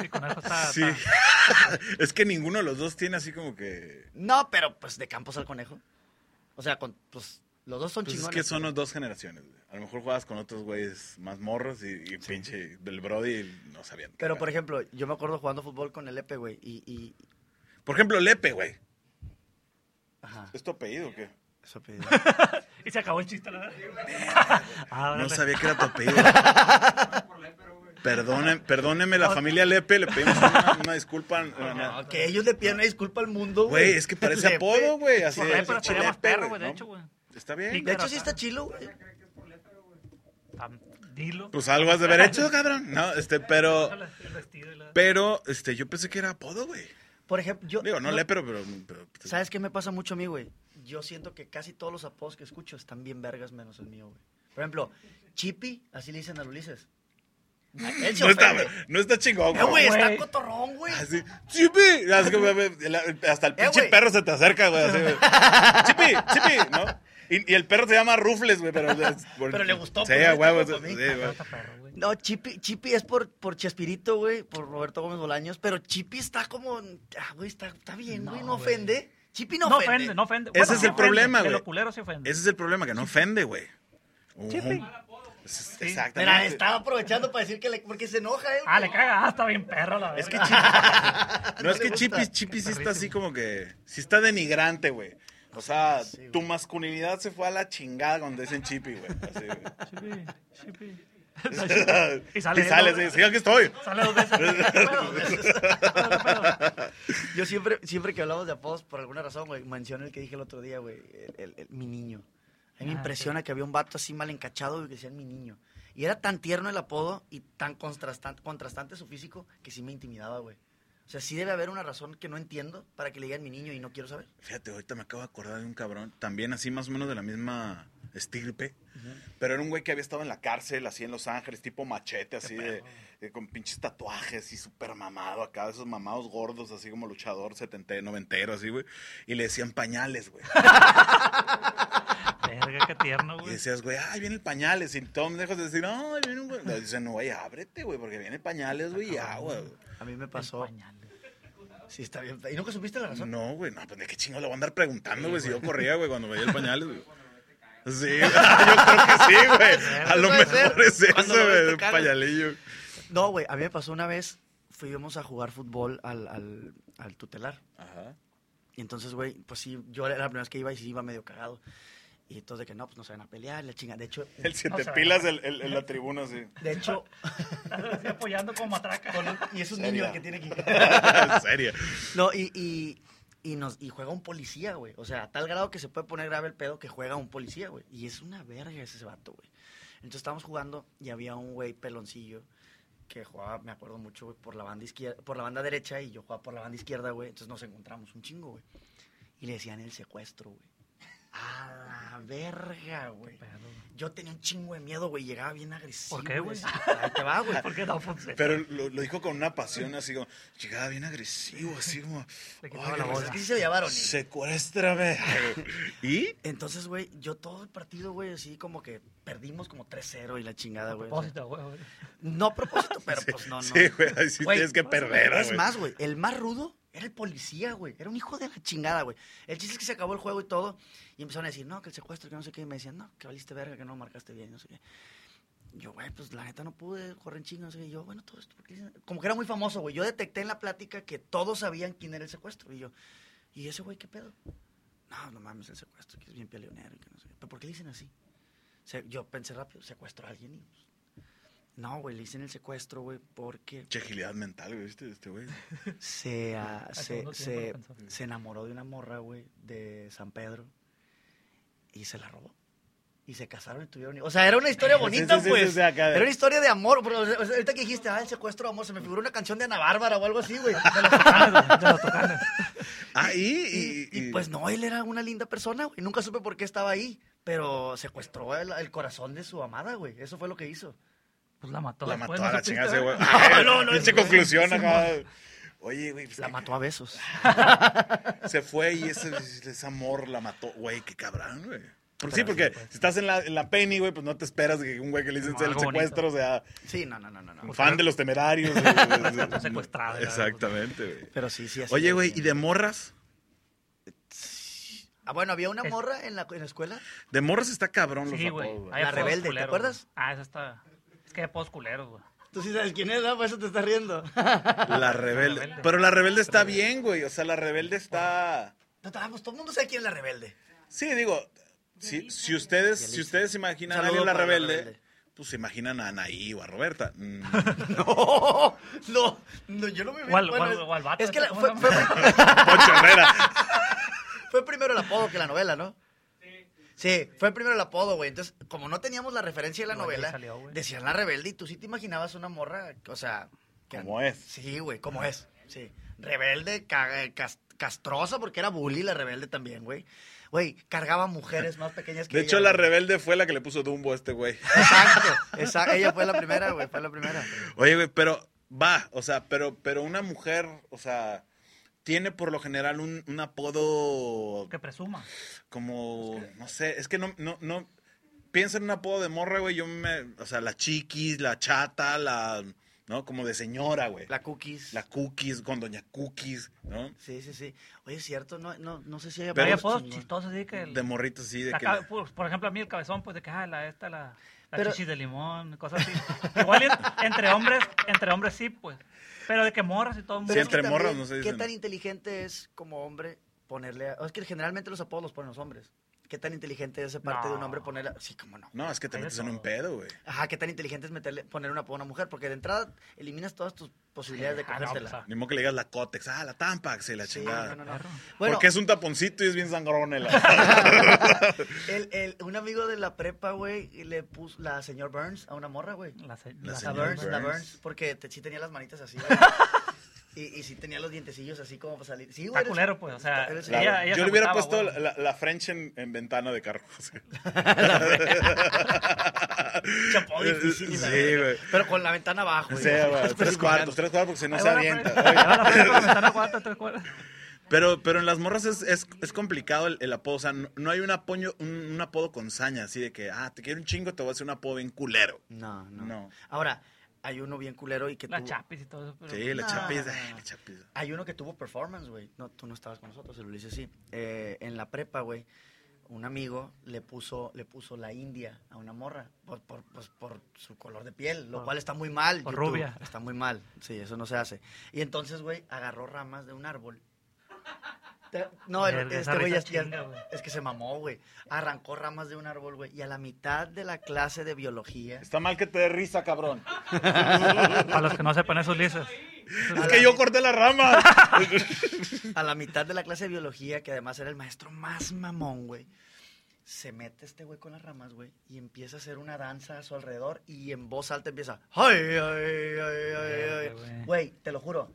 [SPEAKER 2] Sí, con eso está.
[SPEAKER 3] Sí.
[SPEAKER 2] está-
[SPEAKER 1] Ah,
[SPEAKER 3] Es que ninguno de los dos tiene así como que.
[SPEAKER 1] No, pero pues de Campos al conejo. O sea, con, pues los dos son
[SPEAKER 3] Pues es
[SPEAKER 1] chingones.
[SPEAKER 3] que son las dos generaciones. güey. A lo mejor jugabas con otros güeyes más morros y, y pinche del Brody no sabían. qué
[SPEAKER 1] Pero,
[SPEAKER 3] pedo.
[SPEAKER 1] por ejemplo, yo me acuerdo jugando fútbol con el Epe, güey. Y, y.
[SPEAKER 3] Por ejemplo, Lepe, güey.
[SPEAKER 1] Ajá.
[SPEAKER 3] ¿Es tu apellido o qué?
[SPEAKER 1] Eso pedí.
[SPEAKER 2] Y se acabó el chiste, la verdad. Ah,
[SPEAKER 3] No
[SPEAKER 2] órale.
[SPEAKER 3] sabía que era tu apellido. Perdónenme, perdóneme la familia Lepe, le pedimos una, una disculpa. una-
[SPEAKER 1] No, que ellos le piden una disculpa al mundo, güey.
[SPEAKER 3] Güey, es que parece
[SPEAKER 1] Lepe.
[SPEAKER 3] apodo, güey. Así
[SPEAKER 2] Por
[SPEAKER 3] de
[SPEAKER 2] ahí, pero
[SPEAKER 3] pinche
[SPEAKER 2] estaría más
[SPEAKER 3] Lepe,
[SPEAKER 2] perro, güey, de
[SPEAKER 3] ¿no?
[SPEAKER 2] hecho, güey.
[SPEAKER 3] Está bien.
[SPEAKER 1] De hecho, sí está chilo, güey.
[SPEAKER 2] Tam- Dilo.
[SPEAKER 3] Pues algo has de haber hecho, cabrón. No, este, pero.
[SPEAKER 2] El vestido y la-
[SPEAKER 3] Pero, este, yo pensé que era apodo, güey.
[SPEAKER 1] Por ejemplo, yo.
[SPEAKER 3] Digo, no,
[SPEAKER 1] yo-
[SPEAKER 3] Lepe, pero. pero, pero- pues,
[SPEAKER 1] ¿Sabes qué me pasa mucho a mí, güey? Yo siento que casi todos los apodos que escucho están bien vergas menos el mío, güey. Por ejemplo, Chippy, así le dicen al Ulises. A Él se
[SPEAKER 3] No está,
[SPEAKER 1] ofende.
[SPEAKER 3] no está chingón,
[SPEAKER 1] Eh, güey, está
[SPEAKER 2] Güey.
[SPEAKER 1] cotorrón, güey.
[SPEAKER 3] Así, Chipi. Así que, güey, güey, la- hasta el
[SPEAKER 1] Eh,
[SPEAKER 3] pinche
[SPEAKER 1] güey.
[SPEAKER 3] perro se te acerca, güey. Así, güey. Chipi, Chipi, ¿no? Y, y el perro se llama Rufles, güey, pero...
[SPEAKER 1] Pero le gustó,
[SPEAKER 3] Sí,
[SPEAKER 1] pues,
[SPEAKER 3] a huevo.
[SPEAKER 1] este
[SPEAKER 3] Sí,
[SPEAKER 1] fue
[SPEAKER 3] sí,
[SPEAKER 1] para
[SPEAKER 2] Pero
[SPEAKER 3] güey.
[SPEAKER 2] está perro, güey.
[SPEAKER 1] No, Chippy, Chippy es por, por Chespirito, güey, por Roberto Gómez Bolaños, pero Chippy está como, ah, güey, está, está bien, güey, no,
[SPEAKER 2] No, güey.
[SPEAKER 1] ofende. Chipi
[SPEAKER 2] No,
[SPEAKER 1] no,
[SPEAKER 2] ofende. no ofende.
[SPEAKER 3] Ese es
[SPEAKER 2] sí
[SPEAKER 3] el
[SPEAKER 2] ofende,
[SPEAKER 3] problema,
[SPEAKER 2] de
[SPEAKER 3] güey.
[SPEAKER 2] Lo culero sí ofende.
[SPEAKER 3] Ese es el problema, que no ofende, güey.
[SPEAKER 2] Chipi.
[SPEAKER 3] Es-
[SPEAKER 2] Sí.
[SPEAKER 3] Exactamente.
[SPEAKER 1] Mira, estaba aprovechando para decir que le, porque se enoja él.
[SPEAKER 2] Ah, le caga. Ah, está bien perro la
[SPEAKER 3] Es que
[SPEAKER 2] verga.
[SPEAKER 3] Chipi. No, es
[SPEAKER 1] le
[SPEAKER 3] que
[SPEAKER 1] gusta.
[SPEAKER 3] Chipi, Chipi sí está
[SPEAKER 2] perrísimo.
[SPEAKER 3] así como que. Sí está denigrante, güey. O sea,
[SPEAKER 1] güey.
[SPEAKER 3] tu masculinidad se fue a la chingada cuando dicen Chipi, güey. Así, güey.
[SPEAKER 2] Ah, Chipi, chipi.
[SPEAKER 3] y
[SPEAKER 2] Y sale,
[SPEAKER 3] sale,
[SPEAKER 2] ¿no?
[SPEAKER 3] sí, sí, aquí estoy.
[SPEAKER 2] Sale dos veces.
[SPEAKER 1] Yo siempre, siempre que hablamos de apodos, por alguna razón, güey, menciono el que dije el otro día, güey, el, el- el- mi niño. A mí me
[SPEAKER 2] Ah,
[SPEAKER 1] impresiona que había un vato así mal encachado güey, que decían mi niño. Y era tan tierno el apodo y tan contrastante, contrastante su físico que sí me intimidaba, güey. O sea, sí debe haber una razón que no entiendo para que le digan mi niño y no quiero saber.
[SPEAKER 3] Fíjate, ahorita me acabo de acordar de un cabrón, también así más o menos de la misma estirpe, pero era un güey que había estado en la cárcel, así en Los Ángeles, tipo machete, así de, de- eh, con pinches tatuajes y súper mamado acá, esos mamados gordos, así como luchador setentero, noventero, así, güey, y le decían pañales, güey.
[SPEAKER 2] Verga, qué tierno,
[SPEAKER 3] Y
[SPEAKER 2] güey.
[SPEAKER 3] decías, güey, ay, viene el pañales, y todos dejas de decir, no, ahí viene un güey. No, Dicen, no, güey, ábrete, güey, porque viene pañales, güey, y
[SPEAKER 1] Ah,
[SPEAKER 3] agua, güey.
[SPEAKER 1] A mí me pasó. Sí, está bien. ¿Y nunca supiste la razón?
[SPEAKER 3] No, güey, no, pues de qué chingo le voy a andar preguntando, güey, si yo corría, güey, cuando veía el pañales, güey. Sí, yo creo que sí, güey. A lo
[SPEAKER 1] Puede
[SPEAKER 3] mejor
[SPEAKER 1] ser.
[SPEAKER 3] es eso,
[SPEAKER 1] Cuando lo ves
[SPEAKER 3] güey, un
[SPEAKER 1] tocar.
[SPEAKER 3] pañalillo.
[SPEAKER 1] No, güey, a mí me pasó una vez, fuimos a jugar fútbol al, al, al tutelar.
[SPEAKER 3] Ajá.
[SPEAKER 1] Y entonces, güey, pues sí, yo era la primera vez que iba y sí iba medio cagado. Y entonces de que no, pues no se van a pelear, la chinga. De hecho,
[SPEAKER 3] El siete
[SPEAKER 2] sea,
[SPEAKER 3] pilas en, en- en la tribuna, sí.
[SPEAKER 1] de hecho,
[SPEAKER 2] Estoy apoyando como matraca.
[SPEAKER 1] con un- y es un
[SPEAKER 3] Seria.
[SPEAKER 1] niño el que tiene que
[SPEAKER 3] en serio.
[SPEAKER 1] No, y, y, y nos, y juega un policía, güey. O sea, a tal grado que se puede poner grave el pedo que juega un policía, güey. Y es una verga ese vato, güey. Entonces estábamos jugando y había un güey peloncillo que jugaba, me acuerdo mucho, güey, por la banda izquierda, por la banda derecha y yo jugaba por la banda izquierda, güey. Entonces nos encontramos un chingo, güey. Y le decían el secuestro, güey. A la verga, güey. Yo tenía un chingo de miedo, güey. Llegaba bien agresivo.
[SPEAKER 2] ¿Por qué, güey?
[SPEAKER 1] así, Ahí te va, güey.
[SPEAKER 2] ¿Por qué no funciona?
[SPEAKER 3] Pero lo, lo dijo con una pasión así como, llegaba bien agresivo, así como,
[SPEAKER 2] Le quitaba
[SPEAKER 3] "Ay,
[SPEAKER 2] la
[SPEAKER 3] güey,
[SPEAKER 2] voz.
[SPEAKER 1] Es que sí se veía varonil.
[SPEAKER 3] secuéstrame. ¿Y?
[SPEAKER 1] Entonces, güey, yo todo el partido, güey, así como que perdimos como 3-0 y la chingada, güey. O sea,
[SPEAKER 2] Propósito, güey. güey.
[SPEAKER 1] no a propósito, pero pues no, no.
[SPEAKER 3] Sí, güey, ahí sí
[SPEAKER 1] Güey,
[SPEAKER 3] tienes que perder,
[SPEAKER 1] Es
[SPEAKER 3] güey.
[SPEAKER 1] más, güey, el más rudo era el policía, güey. Era un hijo de la chingada, güey. El chiste es que se acabó el juego y todo. Y empezaron a decir, no, que el secuestro, que no sé qué. Y me decían, no, que valiste verga, que no marcaste bien, no sé qué. Yo, güey, pues la neta no pude, corren chingo, no sé qué. Y yo, bueno, todo esto, ¿por qué dicen? Como que era muy famoso, güey. Yo detecté en la plática que todos sabían quién era el secuestro. Y yo, ¿y ese güey qué pedo? No, no mames, el secuestro, que es bien peleonero y que no sé qué. ¿Pero por qué le dicen así? Se- yo pensé rápido, secuestro a alguien y... pues, No, güey, le dicen el secuestro, güey, porque
[SPEAKER 3] Che, agilidad mental, güey, ¿viste? Este güey.
[SPEAKER 1] se, ah,
[SPEAKER 2] Al
[SPEAKER 1] se,
[SPEAKER 2] segundo tiempo
[SPEAKER 1] se,
[SPEAKER 2] lo pensó.
[SPEAKER 1] se enamoró de una morra, güey, de San Pedro y se la robó. Y se casaron y tuvieron. O sea, era una historia bonita,
[SPEAKER 3] sí, sí,
[SPEAKER 1] pues.
[SPEAKER 3] sí, acá de-
[SPEAKER 1] Era una historia de amor. Pero, o sea, ahorita que dijiste, ah, el secuestro de amor, se me figuró una canción de Ana Bárbara o algo así, güey.
[SPEAKER 3] Ah, ¿y?
[SPEAKER 1] y, y, pues no, él era una linda persona, güey. Nunca supe por qué estaba ahí. Pero secuestró el, el corazón de su amada, güey. Eso fue lo que hizo.
[SPEAKER 2] Pues la mató.
[SPEAKER 3] La
[SPEAKER 2] después,
[SPEAKER 3] mató a
[SPEAKER 2] ¿no
[SPEAKER 3] la chingada
[SPEAKER 2] supiste,
[SPEAKER 3] ese güey.
[SPEAKER 2] güey?
[SPEAKER 3] No,
[SPEAKER 1] no, no,
[SPEAKER 3] Pinche
[SPEAKER 1] güey.
[SPEAKER 3] conclusión acá. Oye, güey, pues,
[SPEAKER 1] La
[SPEAKER 3] que-
[SPEAKER 1] mató a besos.
[SPEAKER 3] se fue y ese, ese amor la mató. Güey, qué cabrón, güey. Porque sí,
[SPEAKER 2] Pero
[SPEAKER 3] porque
[SPEAKER 2] sí, pues.
[SPEAKER 3] si estás en la, en la Penny, güey, pues no te esperas que un güey que le dicen
[SPEAKER 2] No,
[SPEAKER 3] el
[SPEAKER 2] algo
[SPEAKER 3] secuestro sea
[SPEAKER 1] Sí, no, no, no, no. no.
[SPEAKER 3] un fan de los temerarios. güey.
[SPEAKER 2] secuestrado, la
[SPEAKER 3] Exactamente, güey.
[SPEAKER 1] Pero sí, sí. así
[SPEAKER 3] Oye,
[SPEAKER 1] era
[SPEAKER 3] güey,
[SPEAKER 1] bien.
[SPEAKER 3] ¿y de morras?
[SPEAKER 1] Ah, bueno, había una
[SPEAKER 2] Es-
[SPEAKER 1] morra en la, en la escuela.
[SPEAKER 3] De morras está cabrón los
[SPEAKER 2] Sí, güey.
[SPEAKER 3] apodos, güey.
[SPEAKER 2] Hay
[SPEAKER 1] La
[SPEAKER 2] apodos
[SPEAKER 1] rebelde, ¿te
[SPEAKER 2] culeros,
[SPEAKER 1] acuerdas?
[SPEAKER 2] güey. Ah, esa está. Es que hay apodos culeros, güey.
[SPEAKER 1] Tú sí sabes quién es, ¿no? Por eso te estás riendo.
[SPEAKER 3] La rebelde.
[SPEAKER 2] rebelde.
[SPEAKER 3] Pero la rebelde está bien, güey. O sea, la rebelde está...
[SPEAKER 1] No, no, pues todo el mundo sabe quién es la rebelde.
[SPEAKER 3] Sí, digo, si, si ustedes si ustedes se imaginan a
[SPEAKER 1] Saludo
[SPEAKER 3] alguien la
[SPEAKER 1] para la
[SPEAKER 3] rebelde,
[SPEAKER 1] rebelde.
[SPEAKER 3] pues se imaginan a Anaí o a Roberta. Mm.
[SPEAKER 1] No, no, no, yo no me
[SPEAKER 2] O al- o
[SPEAKER 1] bueno,
[SPEAKER 2] al-
[SPEAKER 1] es-
[SPEAKER 2] o al vato
[SPEAKER 1] Es que
[SPEAKER 2] este,
[SPEAKER 1] la-
[SPEAKER 2] ¿cómo
[SPEAKER 1] fue,
[SPEAKER 2] se llama?
[SPEAKER 1] fue-
[SPEAKER 3] Poncho Herrera.
[SPEAKER 1] fue primero el apodo que la novela, ¿no? Sí, fue primero el apodo, güey. Entonces, como no teníamos la referencia de la
[SPEAKER 2] No, ahí
[SPEAKER 1] novela,
[SPEAKER 2] salió, güey.
[SPEAKER 1] decían la rebelde y tú sí te imaginabas una morra, o sea... que-
[SPEAKER 3] ¿Cómo es?
[SPEAKER 1] Sí, güey, como es. Sí. Rebelde, caga- cas- castrosa, porque era bully la rebelde también, güey. Güey, cargaba mujeres más pequeñas que
[SPEAKER 3] De hecho,
[SPEAKER 1] ella,
[SPEAKER 3] la
[SPEAKER 1] güey.
[SPEAKER 3] rebelde fue la que le puso Dumbo a este güey.
[SPEAKER 1] Exacto, exacto. Ella fue la primera, güey, fue la primera.
[SPEAKER 3] Oye, güey, pero va, o sea, pero, pero una mujer, o sea, tiene por lo general un, un apodo
[SPEAKER 2] Que presuma.
[SPEAKER 3] como, no sé, es que no, no, no, piensa en un apodo de morra, güey, yo me, o sea, la chiquis, la chata, la, ¿no? Como de señora, güey. La,
[SPEAKER 1] La cookies.
[SPEAKER 3] Cookies, con Doña Cookies, ¿no?
[SPEAKER 1] Sí, sí, sí. Oye, es cierto, no, no, no sé si hay
[SPEAKER 3] Pero-
[SPEAKER 2] Pero hay apodos chistosos, así que... el-
[SPEAKER 3] De morritos, sí, de
[SPEAKER 2] la
[SPEAKER 3] que...
[SPEAKER 2] cabe- por, por ejemplo, a mí el cabezón, pues de que, ah, la esta, la, la
[SPEAKER 1] Pero-
[SPEAKER 2] chichis de limón, cosas así. Igual en- entre hombres, entre hombres sí, pues. Pero de que morras y todo el mundo.
[SPEAKER 3] Sí,
[SPEAKER 1] es que
[SPEAKER 3] entre morros
[SPEAKER 1] también,
[SPEAKER 3] no se
[SPEAKER 1] ¿Qué
[SPEAKER 3] dicen.
[SPEAKER 1] tan inteligente es como hombre ponerle... a- o Es que generalmente los apodos los ponen los hombres. ¿Qué tan inteligente es de parte de un
[SPEAKER 2] No.
[SPEAKER 1] hombre ponerle... a- Sí, cómo no.
[SPEAKER 3] No, es que te
[SPEAKER 2] Hay de
[SPEAKER 3] metes en un
[SPEAKER 2] todo.
[SPEAKER 3] pedo, güey.
[SPEAKER 1] Ajá, ¿qué tan inteligente es meterle, poner un apodo a una mujer? Porque de entrada eliminas todas tus posibilidades de
[SPEAKER 2] Ah, no,
[SPEAKER 1] cogértela.
[SPEAKER 2] pues, ah,
[SPEAKER 3] Ni modo que le digas la Cotex, ah, la Tampax y la
[SPEAKER 1] Sí,
[SPEAKER 3] chingada.
[SPEAKER 1] no, no, no.
[SPEAKER 2] perro.
[SPEAKER 1] Bueno,
[SPEAKER 3] Porque es un taponcito y es bien sangrón el la...
[SPEAKER 1] el- el- un amigo de la prepa, güey, le puso la señor Burns a una morra, güey.
[SPEAKER 2] La, se-
[SPEAKER 3] La
[SPEAKER 2] la-
[SPEAKER 1] La
[SPEAKER 3] señora
[SPEAKER 1] Burns, la
[SPEAKER 3] Burns.
[SPEAKER 1] Burns, porque te, sí tenía las manitas así, güey. Y, y sí tenía los dientecillos así como para salir. Sí,
[SPEAKER 2] Está
[SPEAKER 1] güey. eres-
[SPEAKER 2] culero, pues, o sea,
[SPEAKER 1] eres-
[SPEAKER 2] ella-
[SPEAKER 1] Claro.
[SPEAKER 2] ella
[SPEAKER 3] Yo
[SPEAKER 2] se
[SPEAKER 3] le hubiera
[SPEAKER 2] agüitaba,
[SPEAKER 3] puesto
[SPEAKER 2] güey.
[SPEAKER 3] la, la French en, en ventana de carro. sí.
[SPEAKER 1] Chapó difícil. y la
[SPEAKER 3] Eh, Sí,
[SPEAKER 1] verga.
[SPEAKER 3] güey.
[SPEAKER 1] Pero con la ventana abajo, güey.
[SPEAKER 3] Sí, güey,
[SPEAKER 1] Es
[SPEAKER 3] tres cuartos, tres cuartos porque si no se
[SPEAKER 2] Ahí va la pre-
[SPEAKER 3] avienta.
[SPEAKER 2] ahí va la pre- con la ventana cuarta, tres cuartos.
[SPEAKER 3] Pero, pero en las morras es, es, es complicado el, el apodo. O sea, no, no hay un, apoño, un, un apodo con saña, así de que, ah, te quiero un chingo, te voy a hacer un apodo bien culero.
[SPEAKER 1] No, no,
[SPEAKER 3] No.
[SPEAKER 1] Ahora, hay uno bien culero y que
[SPEAKER 2] La
[SPEAKER 1] tuvo...
[SPEAKER 2] chapis y todo eso. Pero,
[SPEAKER 3] Sí, la
[SPEAKER 1] No,
[SPEAKER 3] chapiza,
[SPEAKER 1] no, no.
[SPEAKER 3] la chapiza.
[SPEAKER 1] Hay uno que tuvo performance, güey. No, tú no estabas con nosotros, el Ulises sí. Eh, en la prepa, güey, un amigo le puso, le puso la india a una morra por, por, pues, por su color de piel, lo
[SPEAKER 2] Por-
[SPEAKER 1] cual está muy mal.
[SPEAKER 2] Ah. por
[SPEAKER 1] YouTube.
[SPEAKER 2] rubia.
[SPEAKER 1] Está muy mal. Sí, eso no se hace. Y entonces, güey, agarró ramas de un árbol. Te- No, el-
[SPEAKER 2] Verga, esa
[SPEAKER 1] este güey ya,
[SPEAKER 2] risa
[SPEAKER 1] ya-
[SPEAKER 2] chinga, güey.
[SPEAKER 1] es que se mamó, güey. Arrancó ramas de un árbol, güey. Y a la mitad de la clase de biología.
[SPEAKER 3] Está mal que te dé risa, cabrón.
[SPEAKER 2] Para los que no sepan esos lisos.
[SPEAKER 3] Es que yo corté la rama.
[SPEAKER 1] a la mitad de la clase de biología, que además era el maestro más mamón, güey, se mete este güey con las ramas, güey, y empieza a hacer una danza a su alrededor y en voz alta empieza, ay, ay, ay, ay,
[SPEAKER 2] Verga,
[SPEAKER 1] ay".
[SPEAKER 2] güey.
[SPEAKER 1] Güey, te lo juro,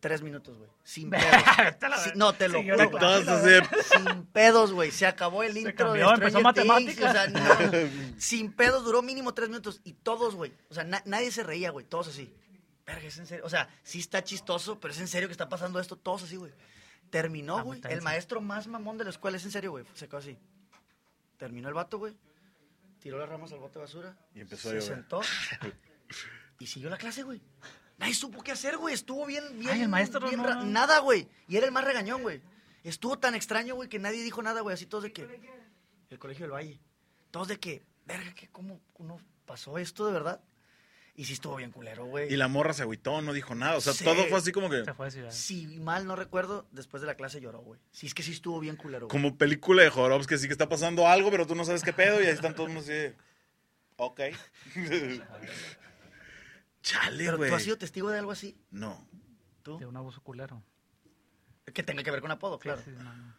[SPEAKER 1] tres minutos, güey, sin pedos.
[SPEAKER 2] Vete a la
[SPEAKER 1] Sí,
[SPEAKER 2] verga.
[SPEAKER 1] no, te lo
[SPEAKER 2] Siguió
[SPEAKER 1] juro,
[SPEAKER 2] la
[SPEAKER 1] güey.
[SPEAKER 2] clase.
[SPEAKER 3] Todas así,
[SPEAKER 1] sin pedos, güey, se acabó el intro
[SPEAKER 2] cambió,
[SPEAKER 1] de
[SPEAKER 2] empezó
[SPEAKER 1] Stranger Things,
[SPEAKER 2] matemáticas.
[SPEAKER 1] o sea, no, sin pedos, duró mínimo tres minutos y todos, güey, o sea, na- nadie se reía, güey, todos así. Verga, es en serio. O sea, sí está chistoso, pero es en serio que está pasando esto, todos así, güey. Terminó,
[SPEAKER 2] Está muy
[SPEAKER 1] güey. El
[SPEAKER 2] tenso.
[SPEAKER 1] maestro más mamón de la escuela, es en serio, güey. Se quedó así. Terminó el vato, güey. Tiró las ramas al bote de basura.
[SPEAKER 3] Y empezó a
[SPEAKER 1] Se
[SPEAKER 3] llover.
[SPEAKER 1] sentó. Y siguió la clase, güey. Nadie supo qué hacer, güey. Estuvo bien, bien.
[SPEAKER 2] Ay, el maestro
[SPEAKER 1] bien
[SPEAKER 2] no,
[SPEAKER 1] ra-
[SPEAKER 2] no.
[SPEAKER 1] Nada, güey. Y era el más regañón, güey. Estuvo tan extraño, güey, que nadie dijo nada, güey. Así todos de que. El colegio del Valle. Todos de que, verga, que cómo uno pasó esto de verdad. Y sí estuvo bien culero, güey.
[SPEAKER 3] Y la morra se agüitó, no dijo nada. O sea,
[SPEAKER 1] Sí.
[SPEAKER 3] todo fue así como que.
[SPEAKER 2] Se fue de ciudad.
[SPEAKER 1] Si mal no recuerdo, después de la clase lloró, güey. Si es que sí estuvo bien culero, güey.
[SPEAKER 3] Como película de Jorobs, que sí que está pasando algo, pero tú no sabes qué pedo, y ahí están todos unos así. de, Ok. Chale,
[SPEAKER 1] Pero tú has
[SPEAKER 3] güey.
[SPEAKER 1] sido testigo de algo así,
[SPEAKER 3] No.
[SPEAKER 2] De
[SPEAKER 1] tú.
[SPEAKER 2] un abuso culero.
[SPEAKER 1] Que tenga que ver con apodo,
[SPEAKER 2] Sí,
[SPEAKER 1] claro.
[SPEAKER 2] sí, no, no.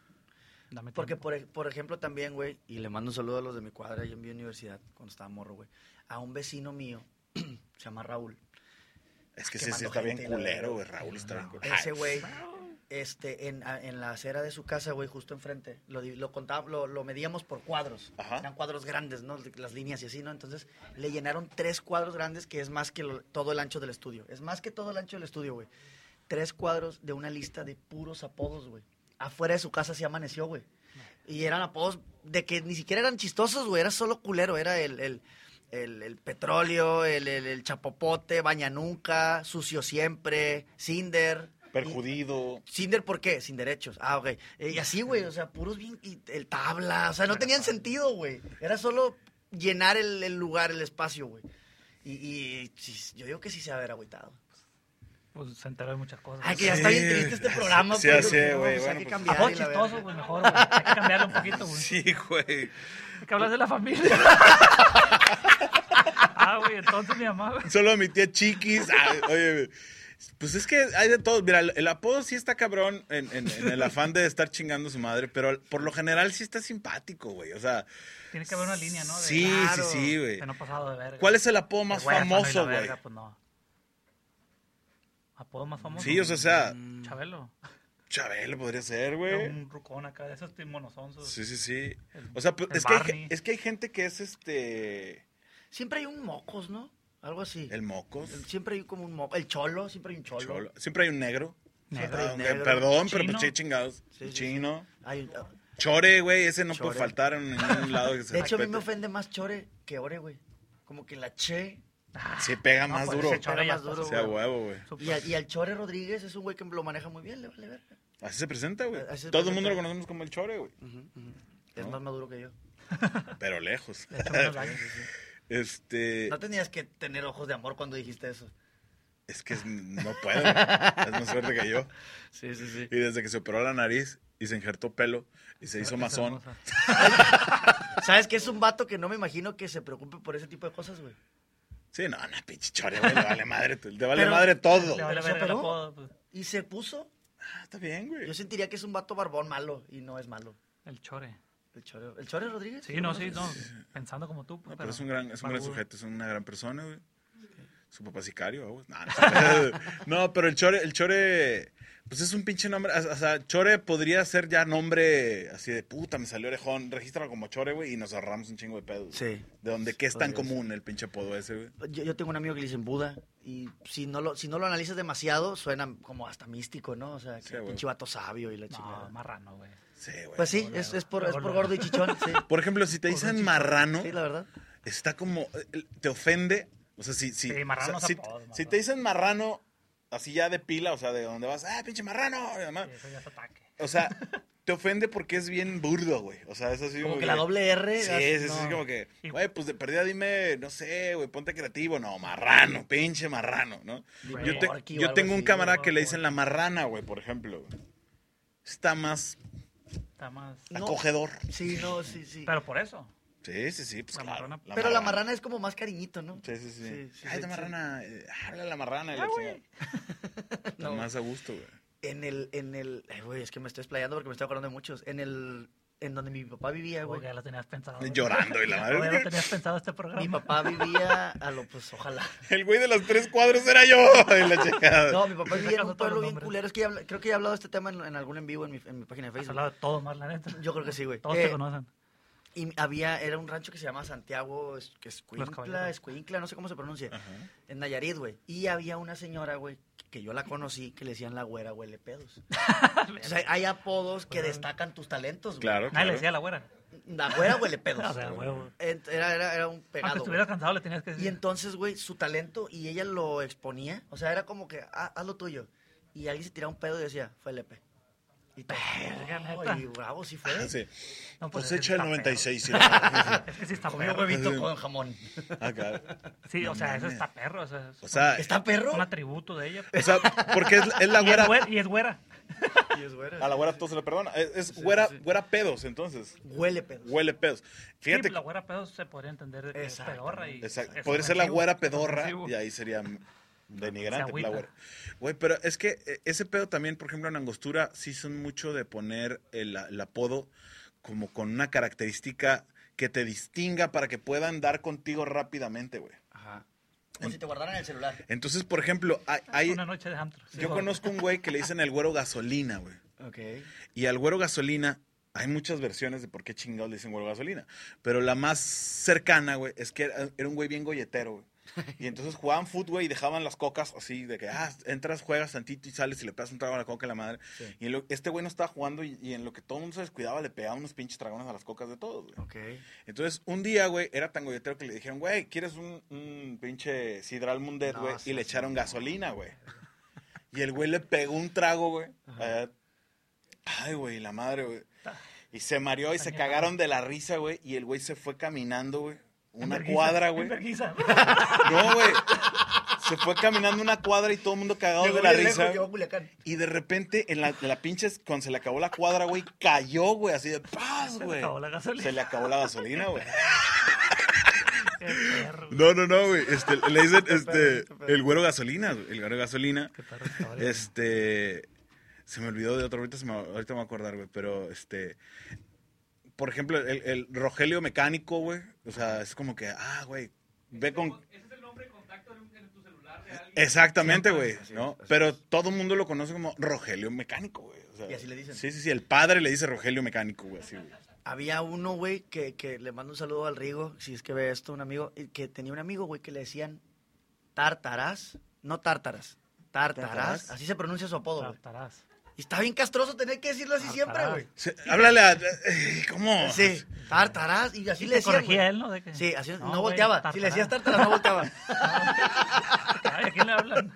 [SPEAKER 2] Dame
[SPEAKER 1] Porque,
[SPEAKER 2] tiempo.
[SPEAKER 1] por, ej- por ejemplo, también, güey, y le mando un saludo a los de mi cuadra ahí en mi universidad, cuando estaba morro, güey, a un vecino mío, se llama Raúl.
[SPEAKER 3] Es que sí,
[SPEAKER 1] Quemando
[SPEAKER 3] sí, está bien
[SPEAKER 1] gente y la
[SPEAKER 3] culero,
[SPEAKER 1] verga.
[SPEAKER 3] güey. Raúl está bien culero.
[SPEAKER 1] Ese güey, este, en, a- en la acera de su casa, güey, justo enfrente, lo, di- lo, contaba, lo, lo medíamos por cuadros.
[SPEAKER 3] Ajá.
[SPEAKER 1] Eran cuadros grandes, ¿no? Las líneas y así, ¿no? Entonces, le llenaron tres cuadros grandes, que es más que lo- todo el ancho del estudio. Es más que todo el ancho del estudio, güey. Tres cuadros de una lista de puros apodos, güey. Afuera de su casa se amaneció, güey. Y eran apodos de que ni siquiera eran chistosos, güey. Era solo culero. Era el, el, el- el petróleo, el, el- el chapopote, baña nunca, sucio siempre, cinder.
[SPEAKER 3] Perjudido.
[SPEAKER 1] Y- Cinder, ¿por qué? Sin derechos. Ah, ok. Eh, y así, güey. O sea, puros bien. Y el tabla. O sea, no tenían sentido, güey. Era solo llenar el, el lugar, el espacio, güey. Y, y sí, yo digo que sí se va a haber agüitado.
[SPEAKER 2] Pues se enteró de muchas cosas.
[SPEAKER 1] Ay, que ya está bien triste este programa.
[SPEAKER 3] Sí,
[SPEAKER 1] pues,
[SPEAKER 3] así,
[SPEAKER 1] no,
[SPEAKER 3] güey,
[SPEAKER 1] pues,
[SPEAKER 3] bueno,
[SPEAKER 1] hay que
[SPEAKER 3] pues.
[SPEAKER 1] cambiar.
[SPEAKER 2] Apodo
[SPEAKER 1] y la
[SPEAKER 2] chistoso,
[SPEAKER 1] verga.
[SPEAKER 2] güey, mejor, güey. Hay que cambiarlo un poquito, güey.
[SPEAKER 3] Sí, güey.
[SPEAKER 2] Hay que hablar de la familia. ah, güey, entonces mi mamá, güey.
[SPEAKER 3] Solo mi tía Chiquis. Ay, oye, güey. pues es que hay de todo. Mira, el, el apodo sí está cabrón en, en- en el afán de estar chingando a su madre, pero por lo general sí está simpático, güey. O sea,
[SPEAKER 2] Tiene que haber una línea, ¿no? De-
[SPEAKER 3] sí,
[SPEAKER 1] claro.
[SPEAKER 3] sí, sí, güey.
[SPEAKER 2] Que no ha pasado de verga.
[SPEAKER 3] ¿Cuál es el apodo más
[SPEAKER 2] El huérfano y la
[SPEAKER 3] famoso, güey?
[SPEAKER 2] verga, Pues no. ¿Apodo más famoso?
[SPEAKER 3] Sí, o sea, o sea,
[SPEAKER 2] Chabelo.
[SPEAKER 3] Chabelo podría ser, güey.
[SPEAKER 2] Mm. Un rucón acá, de esos monosonsos.
[SPEAKER 3] Sí, sí, sí.
[SPEAKER 2] El-
[SPEAKER 3] O sea, pues,
[SPEAKER 2] el
[SPEAKER 3] es que, hay,
[SPEAKER 2] Barney.
[SPEAKER 3] ge- es que hay gente que es este.
[SPEAKER 1] Siempre hay un mocos, ¿no? Algo así.
[SPEAKER 3] El mocos.
[SPEAKER 1] El- Siempre hay como un moco. El cholo, siempre hay un cholo.
[SPEAKER 3] cholo. Siempre hay un negro.
[SPEAKER 2] Negro.
[SPEAKER 3] Ah,
[SPEAKER 1] Negro.
[SPEAKER 3] ok, Perdón, pero
[SPEAKER 2] Chino.
[SPEAKER 3] pues sí, chingados.
[SPEAKER 1] Sí, sí,
[SPEAKER 3] Chino.
[SPEAKER 1] Hay un-
[SPEAKER 3] Chore, güey, ese no puede
[SPEAKER 1] Chore.
[SPEAKER 3] faltar en ningún lado que se
[SPEAKER 1] De hecho, a mí me
[SPEAKER 3] respete.
[SPEAKER 1] ofende más chore que ore, güey. Como que la che
[SPEAKER 3] Sí, pega más
[SPEAKER 2] pues,
[SPEAKER 3] duro.
[SPEAKER 2] ese chore
[SPEAKER 1] Pega
[SPEAKER 2] ya
[SPEAKER 1] más
[SPEAKER 2] está
[SPEAKER 1] duro,
[SPEAKER 2] súper-
[SPEAKER 3] Sea huevo, güey.
[SPEAKER 2] súper-
[SPEAKER 1] Y, al- y al Chore Rodríguez es un güey que lo maneja muy bien, le vale ver.
[SPEAKER 3] Así se presenta, güey.
[SPEAKER 1] Así se
[SPEAKER 3] Todo el
[SPEAKER 1] presenta.
[SPEAKER 3] mundo lo conocemos como el chore, güey.
[SPEAKER 1] Es más maduro que yo.
[SPEAKER 3] Pero lejos.
[SPEAKER 2] le echo unos gallos.
[SPEAKER 3] Este.
[SPEAKER 1] No tenías que tener ojos de amor cuando dijiste eso.
[SPEAKER 3] Es que es- no puedo. güey. Es más fuerte que yo.
[SPEAKER 1] Sí, sí, sí.
[SPEAKER 3] Y desde que se operó la nariz y se injertó pelo y se hizo
[SPEAKER 2] Es
[SPEAKER 3] masón.
[SPEAKER 2] hermosa.
[SPEAKER 1] ¿Sabes que es un vato que no me imagino que se preocupe por ese tipo de cosas, güey?
[SPEAKER 3] Sí, no, no, pinche chore, güey. Le vale madre. Te le vale
[SPEAKER 1] Pero-
[SPEAKER 3] madre todo.
[SPEAKER 2] Le vale
[SPEAKER 1] ¿Se
[SPEAKER 2] ver el
[SPEAKER 1] operó?
[SPEAKER 2] apodo, pues,
[SPEAKER 1] Y se puso.
[SPEAKER 3] Ah, está bien, güey.
[SPEAKER 1] Yo sentiría que es un vato barbón malo y no es malo.
[SPEAKER 2] el chore.
[SPEAKER 1] El Chore, ¿el Chore Rodríguez.
[SPEAKER 2] Sí, no, sí,
[SPEAKER 1] ¿Lo conoces?
[SPEAKER 2] no. Pensando como tú. pues,
[SPEAKER 3] No, pero es un gran, es un gran
[SPEAKER 2] barbudo.
[SPEAKER 3] sujeto, es una gran persona, güey. Su papá sicario, aguas. Nah, no, sé. No, pero el Chore, el Chore, pues es un pinche nombre. O sea, Chore podría ser ya nombre así de puta, me salió orejón. Regístralo como Chore, güey, y nos ahorramos un chingo de pedo. güey.
[SPEAKER 1] Sí.
[SPEAKER 3] De donde que es tan
[SPEAKER 1] Podría
[SPEAKER 3] común el pinche apodo ese, güey.
[SPEAKER 1] Yo, yo tengo un amigo que le dicen Buda y si no lo, si no lo analizas demasiado suena como hasta místico, ¿no? O sea, que
[SPEAKER 3] Sí, güey.
[SPEAKER 1] pinche vato sabio y la chingada.
[SPEAKER 2] No, marrano, güey.
[SPEAKER 3] Sí, güey.
[SPEAKER 1] pues sí,
[SPEAKER 2] luego,
[SPEAKER 1] es,
[SPEAKER 2] luego.
[SPEAKER 1] es por, es
[SPEAKER 2] Luego,
[SPEAKER 1] por
[SPEAKER 2] luego.
[SPEAKER 1] gordo y chichón, sí.
[SPEAKER 3] Por ejemplo, si te dicen marrano,
[SPEAKER 1] Sí, la verdad.
[SPEAKER 3] está como. eh, Te ofende. O sea, si, si,
[SPEAKER 2] Sí, marrano
[SPEAKER 3] o sea, si,
[SPEAKER 2] es apodo, marrano.
[SPEAKER 3] si te dicen marrano, así ya de pila, o sea, de donde vas, ah, pinche marrano, y demás.
[SPEAKER 2] Sí, Eso ya es ataque.
[SPEAKER 3] O sea, te ofende porque es bien burdo, güey. O sea, es así
[SPEAKER 1] Como que la doble R.
[SPEAKER 3] Sí,
[SPEAKER 1] así,
[SPEAKER 3] es, es
[SPEAKER 1] no.
[SPEAKER 3] como que,
[SPEAKER 2] Sí.
[SPEAKER 3] güey, pues de perdida dime, no sé, güey, ponte creativo. No, marrano, pinche marrano, ¿no?
[SPEAKER 1] Dime
[SPEAKER 3] Yo, te-
[SPEAKER 1] Porky o
[SPEAKER 3] yo
[SPEAKER 1] algo
[SPEAKER 3] tengo un
[SPEAKER 1] así,
[SPEAKER 3] camarada
[SPEAKER 2] ¿no?
[SPEAKER 3] que le dicen la marrana, güey, por ejemplo. güey. Está más
[SPEAKER 2] Está más.
[SPEAKER 1] No.
[SPEAKER 3] acogedor.
[SPEAKER 1] Sí, no, sí, sí.
[SPEAKER 2] Pero por eso.
[SPEAKER 3] Sí, sí, sí. Pues,
[SPEAKER 2] La
[SPEAKER 3] claro,
[SPEAKER 2] marrana.
[SPEAKER 1] Pero la marrana es como más cariñito, ¿no?
[SPEAKER 3] Sí, sí, sí.
[SPEAKER 1] Sí, sí,
[SPEAKER 3] Ay,
[SPEAKER 1] sí.
[SPEAKER 3] la marrana, eh, habla la marrana. y la
[SPEAKER 2] Ah, güey.
[SPEAKER 3] chingada. Está
[SPEAKER 1] No.
[SPEAKER 3] más a gusto, güey.
[SPEAKER 1] En el, en el, ay, güey, es que me estoy explayando porque me estoy acordando de muchos. En el, en donde mi papá vivía,
[SPEAKER 2] Como
[SPEAKER 1] güey.
[SPEAKER 2] que ya lo tenías pensado. güey.
[SPEAKER 3] Llorando y la
[SPEAKER 2] Como ya lo
[SPEAKER 3] madre.
[SPEAKER 2] tenías pensado este
[SPEAKER 1] Mi
[SPEAKER 2] programa.
[SPEAKER 1] papá vivía a lo, pues, ojalá.
[SPEAKER 3] El güey de los tres cuadros era yo. Y la chingada.
[SPEAKER 1] No, mi papá
[SPEAKER 2] Estoy
[SPEAKER 1] vivía en
[SPEAKER 2] sacando todos los
[SPEAKER 1] un pueblo bien
[SPEAKER 2] nombres.
[SPEAKER 1] culero. Es que ya habla- creo que ya he hablado de este tema en, en algún en vivo en mi, en mi página de
[SPEAKER 2] Has
[SPEAKER 1] Facebook.
[SPEAKER 2] hablado de todo más, la neta.
[SPEAKER 1] Yo creo que sí, güey.
[SPEAKER 2] Todos
[SPEAKER 1] Eh,
[SPEAKER 2] te conocen.
[SPEAKER 1] y había, era un rancho que se llama Santiago Es- Escuincla,
[SPEAKER 2] Caballeros.
[SPEAKER 1] Escuincla, no sé cómo se pronuncia.
[SPEAKER 2] Ah.
[SPEAKER 3] Ajá.
[SPEAKER 1] En Nayarit, güey. Y había una señora, güey, que- que yo la conocí, que le decían la güera huele pedos. Entonces hay, hay apodos que destacan tus talentos, güey.
[SPEAKER 3] Claro,
[SPEAKER 2] Nadie le
[SPEAKER 3] claro.
[SPEAKER 2] decía a la güera.
[SPEAKER 1] La güera huele pedos.
[SPEAKER 2] O sea, huevo.
[SPEAKER 1] Ent- Era, era, era un
[SPEAKER 2] Aunque
[SPEAKER 1] pegado. güey.
[SPEAKER 2] estuvieras cansado, le tenías que
[SPEAKER 1] Y
[SPEAKER 2] decir.
[SPEAKER 1] entonces, güey, su talento y ella lo exponía. O sea, era como que, "Ah, haz lo tuyo. Y alguien se tiraba un pedo y decía, fue Lepe. Y todo.
[SPEAKER 2] Verga,
[SPEAKER 1] "Oh,
[SPEAKER 2] neta".
[SPEAKER 1] y bravo, sí fue.
[SPEAKER 3] Sí.
[SPEAKER 2] No,
[SPEAKER 3] Pues
[SPEAKER 2] es que
[SPEAKER 3] echa el
[SPEAKER 2] está feo.
[SPEAKER 3] 96 y la-
[SPEAKER 2] Es que sí está
[SPEAKER 1] Comió
[SPEAKER 2] perro.
[SPEAKER 1] huevito con jamón.
[SPEAKER 3] Ah, claro.
[SPEAKER 2] Sí,
[SPEAKER 3] No
[SPEAKER 2] o sea, eso
[SPEAKER 3] mames. Pues,
[SPEAKER 2] está perro. O sea, es
[SPEAKER 3] O sea,
[SPEAKER 1] ¿Está
[SPEAKER 2] un
[SPEAKER 1] perro?
[SPEAKER 2] atributo de ella.
[SPEAKER 3] o sea, porque es, es la
[SPEAKER 2] Y es
[SPEAKER 3] güera.
[SPEAKER 2] güera. Y es güera.
[SPEAKER 1] Y es güera.
[SPEAKER 3] A la güera todo se le perdona. Es, es güera,
[SPEAKER 1] sí, sí.
[SPEAKER 3] güera pedos, entonces.
[SPEAKER 1] Huele pedos.
[SPEAKER 3] Huele pedos.
[SPEAKER 2] Sí,
[SPEAKER 3] Fíjate,
[SPEAKER 2] la güera pedo se podría entender de que es
[SPEAKER 1] Exacto.
[SPEAKER 2] pedorra. Y
[SPEAKER 3] exacto,
[SPEAKER 2] es
[SPEAKER 3] podría ser la
[SPEAKER 2] ofensivo,
[SPEAKER 3] güera
[SPEAKER 2] es
[SPEAKER 3] pedorra
[SPEAKER 2] ofensivo.
[SPEAKER 3] y ahí sería
[SPEAKER 2] Se
[SPEAKER 3] denigrante
[SPEAKER 2] agüita.
[SPEAKER 3] la güera. Güey, pero es que eh, ese pedo también, por ejemplo, en Angostura sí son mucho de poner el, el apodo como con una característica que te distinga para que puedan dar contigo rápidamente, güey.
[SPEAKER 1] Ajá. Como si te guardaran el celular.
[SPEAKER 3] Entonces, por ejemplo, hay, hay-
[SPEAKER 2] Una noche de antro. Sí,
[SPEAKER 3] yo
[SPEAKER 2] güey.
[SPEAKER 3] conozco un güey que le dicen el güero gasolina, güey.
[SPEAKER 1] Ok.
[SPEAKER 3] Y al güero gasolina, hay muchas versiones de por qué chingados le dicen güero gasolina. Pero la más cercana, güey, es que era, era un güey bien golletero, güey. Y entonces jugaban fútbol y dejaban las cocas así, de que, ah, entras, juegas tantito y sales y le pegas un trago a la coca a la madre.
[SPEAKER 1] Sí.
[SPEAKER 3] Y en lo- este güey no estaba jugando y, y en lo que todo el mundo se descuidaba, le pegaba unos pinches dragones a las cocas de todos, güey.
[SPEAKER 1] Ok.
[SPEAKER 3] Entonces, un día, güey, era tan golletero que le dijeron, güey, ¿quieres un, un pinche sidral mundet,
[SPEAKER 1] No,
[SPEAKER 3] güey? y
[SPEAKER 1] seas
[SPEAKER 3] le echaron gasolina, güey. Y el güey le pegó un trago, güey.
[SPEAKER 1] Ajá.
[SPEAKER 3] Eh, Ay, güey, la madre, güey. Y se mareó y se
[SPEAKER 2] Está
[SPEAKER 3] cagaron de la risa, güey. Y el güey se fue caminando, güey. Una
[SPEAKER 2] Verguiza,
[SPEAKER 3] cuadra,
[SPEAKER 2] en
[SPEAKER 3] güey.
[SPEAKER 2] verguiza.
[SPEAKER 3] No, güey. Se fue caminando una cuadra y todo el mundo cagado
[SPEAKER 1] Llegó
[SPEAKER 3] de la
[SPEAKER 1] bien lejos,
[SPEAKER 3] risa.
[SPEAKER 1] llegó a Culiacán.
[SPEAKER 3] Y de repente, en la, en la pinche, cuando se le acabó la cuadra, güey, cayó, güey, así de paz,
[SPEAKER 2] le
[SPEAKER 3] güey.
[SPEAKER 2] acabó la gasolina.
[SPEAKER 3] Se le acabó la gasolina, güey.
[SPEAKER 2] Qué perro.
[SPEAKER 3] No, no, no, güey. Este, le dicen
[SPEAKER 1] Qué pedo,
[SPEAKER 3] este,
[SPEAKER 1] qué pedo.
[SPEAKER 3] el güero gasolina, güey, el güero gasolina.
[SPEAKER 2] Qué perro historia.
[SPEAKER 3] Este, se me olvidó de otro, ahorita, se me, ahorita me voy a acordar, güey, pero este, por ejemplo, el, el Rogelio mecánico, güey, o sea, es como que, ah, güey, ve con... Exactamente, güey,
[SPEAKER 1] Así es,
[SPEAKER 3] ¿no?
[SPEAKER 1] así
[SPEAKER 3] Pero todo el mundo lo conoce como Rogelio Mecánico, güey. o sea,
[SPEAKER 1] Y así le dicen.
[SPEAKER 3] Sí, sí, sí, el padre le dice Rogelio Mecánico, güey, así, güey.
[SPEAKER 1] Había uno, güey, que, que le mando un saludo al Rigo, si es que ve esto, un amigo, y que tenía un amigo, güey, que le decían Tártaras, no Tártaras, Tártaras,
[SPEAKER 3] Tártaras.
[SPEAKER 1] así se pronuncia su apodo, güey.
[SPEAKER 2] Tartarás.
[SPEAKER 1] Y Y está bien castroso tener que decirlo así siempre,
[SPEAKER 2] Tartaraz.
[SPEAKER 1] güey.
[SPEAKER 3] Sí, háblale a. eh, ¿Cómo?
[SPEAKER 1] Sí, tartarás. Y así
[SPEAKER 2] Sí,
[SPEAKER 1] le
[SPEAKER 2] te
[SPEAKER 1] decían.
[SPEAKER 2] corregía
[SPEAKER 1] güey.
[SPEAKER 2] él, ¿no? De que-
[SPEAKER 1] Sí, así no,
[SPEAKER 2] güey,
[SPEAKER 1] volteaba. Si le decías tartaraz, no volteaba.
[SPEAKER 2] Ay, ¿a quién le hablan?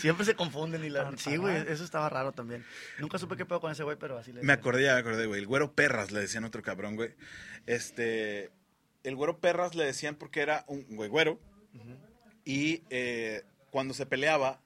[SPEAKER 1] Siempre se confunden y la...
[SPEAKER 2] Tartaraz.
[SPEAKER 1] Sí, güey, eso estaba raro también. Nunca supe qué pedo con ese güey, pero así le
[SPEAKER 3] Me
[SPEAKER 1] decían.
[SPEAKER 3] acordé, ya me acordé, güey. El güero perras le decían a otro cabrón, güey. Este. El güero perras le decían porque era un güey güero. Y eh, cuando se peleaba,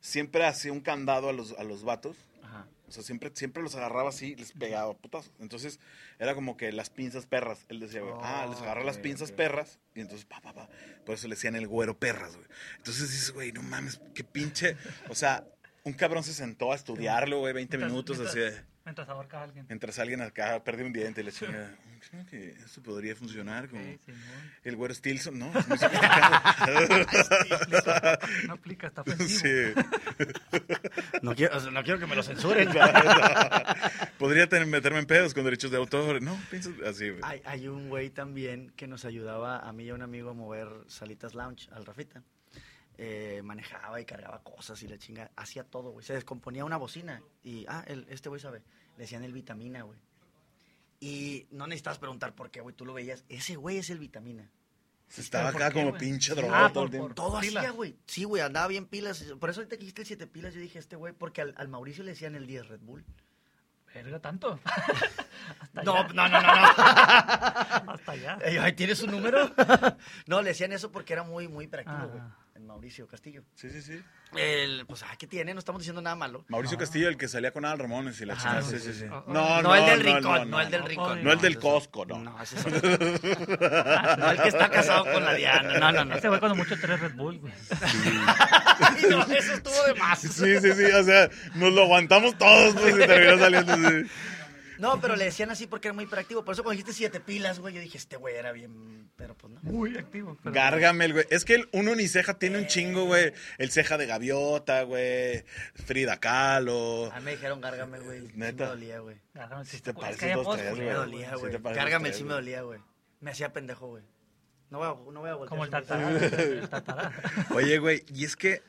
[SPEAKER 3] siempre hacía un candado a los, a los vatos.
[SPEAKER 1] Ajá.
[SPEAKER 3] O sea, siempre, siempre los agarraba así y les pegaba a putazos. Entonces, era como que las pinzas perras. Él decía, güey, ah,
[SPEAKER 1] Oh,
[SPEAKER 3] les agarra las
[SPEAKER 1] ok,
[SPEAKER 3] pinzas
[SPEAKER 1] ok.
[SPEAKER 3] perras. Y entonces, pa, pa, pa. Por eso le decían el güero perras, güey. Entonces dices, güey, no mames, qué pinche. O sea, un cabrón se sentó a estudiarlo, güey, 20
[SPEAKER 2] Mientras-
[SPEAKER 3] minutos, así
[SPEAKER 2] mientras-
[SPEAKER 3] de-
[SPEAKER 2] Mientras ahorca a alguien.
[SPEAKER 3] Mientras alguien acá perdió un diente y le chingada. Creo que esto podría funcionar como
[SPEAKER 2] Sí, Simón.
[SPEAKER 3] el güero Stilson, ¿no? Es muy sofisticado.
[SPEAKER 2] No aplica, está ofensivo.
[SPEAKER 3] sí.
[SPEAKER 1] No quiero, o sea, no quiero que me lo censuren.
[SPEAKER 3] Podría tener- meterme en pedos con derechos de autor. No, pienso así, güey.
[SPEAKER 1] Hay, hay un güey también que nos ayudaba a mí y a un amigo a mover Salitas Lounge al Rafita. Eh, manejaba y cargaba cosas y la chinga. Hacía todo, güey. Se descomponía una bocina. Y, ah, el- este güey sabe. Le decían el vitamina, güey. Y no necesitas preguntar por qué, güey. Tú lo veías. Ese güey es el vitamina.
[SPEAKER 3] Estaba
[SPEAKER 2] ¿Pero por
[SPEAKER 3] acá
[SPEAKER 2] qué,
[SPEAKER 3] como
[SPEAKER 2] güey?
[SPEAKER 3] pinche
[SPEAKER 2] Sí,
[SPEAKER 3] drogado
[SPEAKER 2] ah,
[SPEAKER 3] todo el
[SPEAKER 2] por-
[SPEAKER 3] tiempo.
[SPEAKER 1] Todo
[SPEAKER 2] Pilas.
[SPEAKER 1] hacía, güey. Sí, güey. Andaba bien pilas. Por eso ahorita que dijiste el siete pilas, yo dije, este güey. Porque al, al Mauricio le decían el 10 Red Bull.
[SPEAKER 2] Verga, tanto. Hasta
[SPEAKER 1] No,
[SPEAKER 2] allá.
[SPEAKER 1] no, no, no, no.
[SPEAKER 2] Hasta allá.
[SPEAKER 1] Ey, ay, ¿Tienes un número? no, le decían eso porque era muy, muy hiperactivo, güey.
[SPEAKER 2] Ajá.
[SPEAKER 1] El Mauricio Castillo.
[SPEAKER 3] Sí, sí, sí.
[SPEAKER 1] El, pues, ah, ¿qué tiene? No estamos diciendo nada malo.
[SPEAKER 3] Mauricio Castillo, el que salía con Al Ramones y la
[SPEAKER 1] Ajá,
[SPEAKER 3] chingada.
[SPEAKER 2] sí,
[SPEAKER 3] Sí, sí, sí.
[SPEAKER 2] sí.
[SPEAKER 3] No,
[SPEAKER 2] No,
[SPEAKER 3] no,
[SPEAKER 1] No, el del
[SPEAKER 3] no,
[SPEAKER 1] rincón, no,
[SPEAKER 3] no,
[SPEAKER 1] el del
[SPEAKER 2] no.
[SPEAKER 1] rincón.
[SPEAKER 2] No el
[SPEAKER 3] del
[SPEAKER 1] ese-
[SPEAKER 3] Costco, no.
[SPEAKER 1] No, ese es otro. No, el que está casado con la Diana. No, no, no.
[SPEAKER 2] Este güey cuando mucho tres Red Bull, güey.
[SPEAKER 1] Ay, no, eso estuvo de más.
[SPEAKER 3] Sí, sí, sí. O sea, nos lo aguantamos todos pues, y terminó saliendo así.
[SPEAKER 1] No, pero le decían así porque era muy hiperactivo. Por eso cuando dijiste siete pilas, güey, yo dije, este güey era bien... Pero pues no.
[SPEAKER 2] Muy activo. pero-
[SPEAKER 3] Gargamel, güey. Es que el uno ni ceja tiene un chingo, güey. El ceja de gaviota, güey. Frida Kahlo.
[SPEAKER 1] A mí Ah, me dijeron, gárgame, güey. Sí me
[SPEAKER 3] Neta.
[SPEAKER 1] dolía, güey.
[SPEAKER 2] Gargamel,
[SPEAKER 3] Sí
[SPEAKER 2] Ah, sí, pues,
[SPEAKER 3] te
[SPEAKER 2] es que
[SPEAKER 3] pareces
[SPEAKER 2] hay
[SPEAKER 3] dos,
[SPEAKER 2] voz,
[SPEAKER 3] tres,
[SPEAKER 1] Sí
[SPEAKER 2] güey.
[SPEAKER 1] me
[SPEAKER 3] güey.
[SPEAKER 1] dolía,
[SPEAKER 3] Sí
[SPEAKER 1] güey.
[SPEAKER 3] te pareces
[SPEAKER 1] Gárgame,
[SPEAKER 3] tres,
[SPEAKER 1] sí me
[SPEAKER 3] güey.
[SPEAKER 1] dolía, güey. Me hacía pendejo, güey. No voy a, no voy a voltear.
[SPEAKER 2] Como el
[SPEAKER 1] a su-
[SPEAKER 2] tartará. El tartará.
[SPEAKER 3] Oye, güey, y es que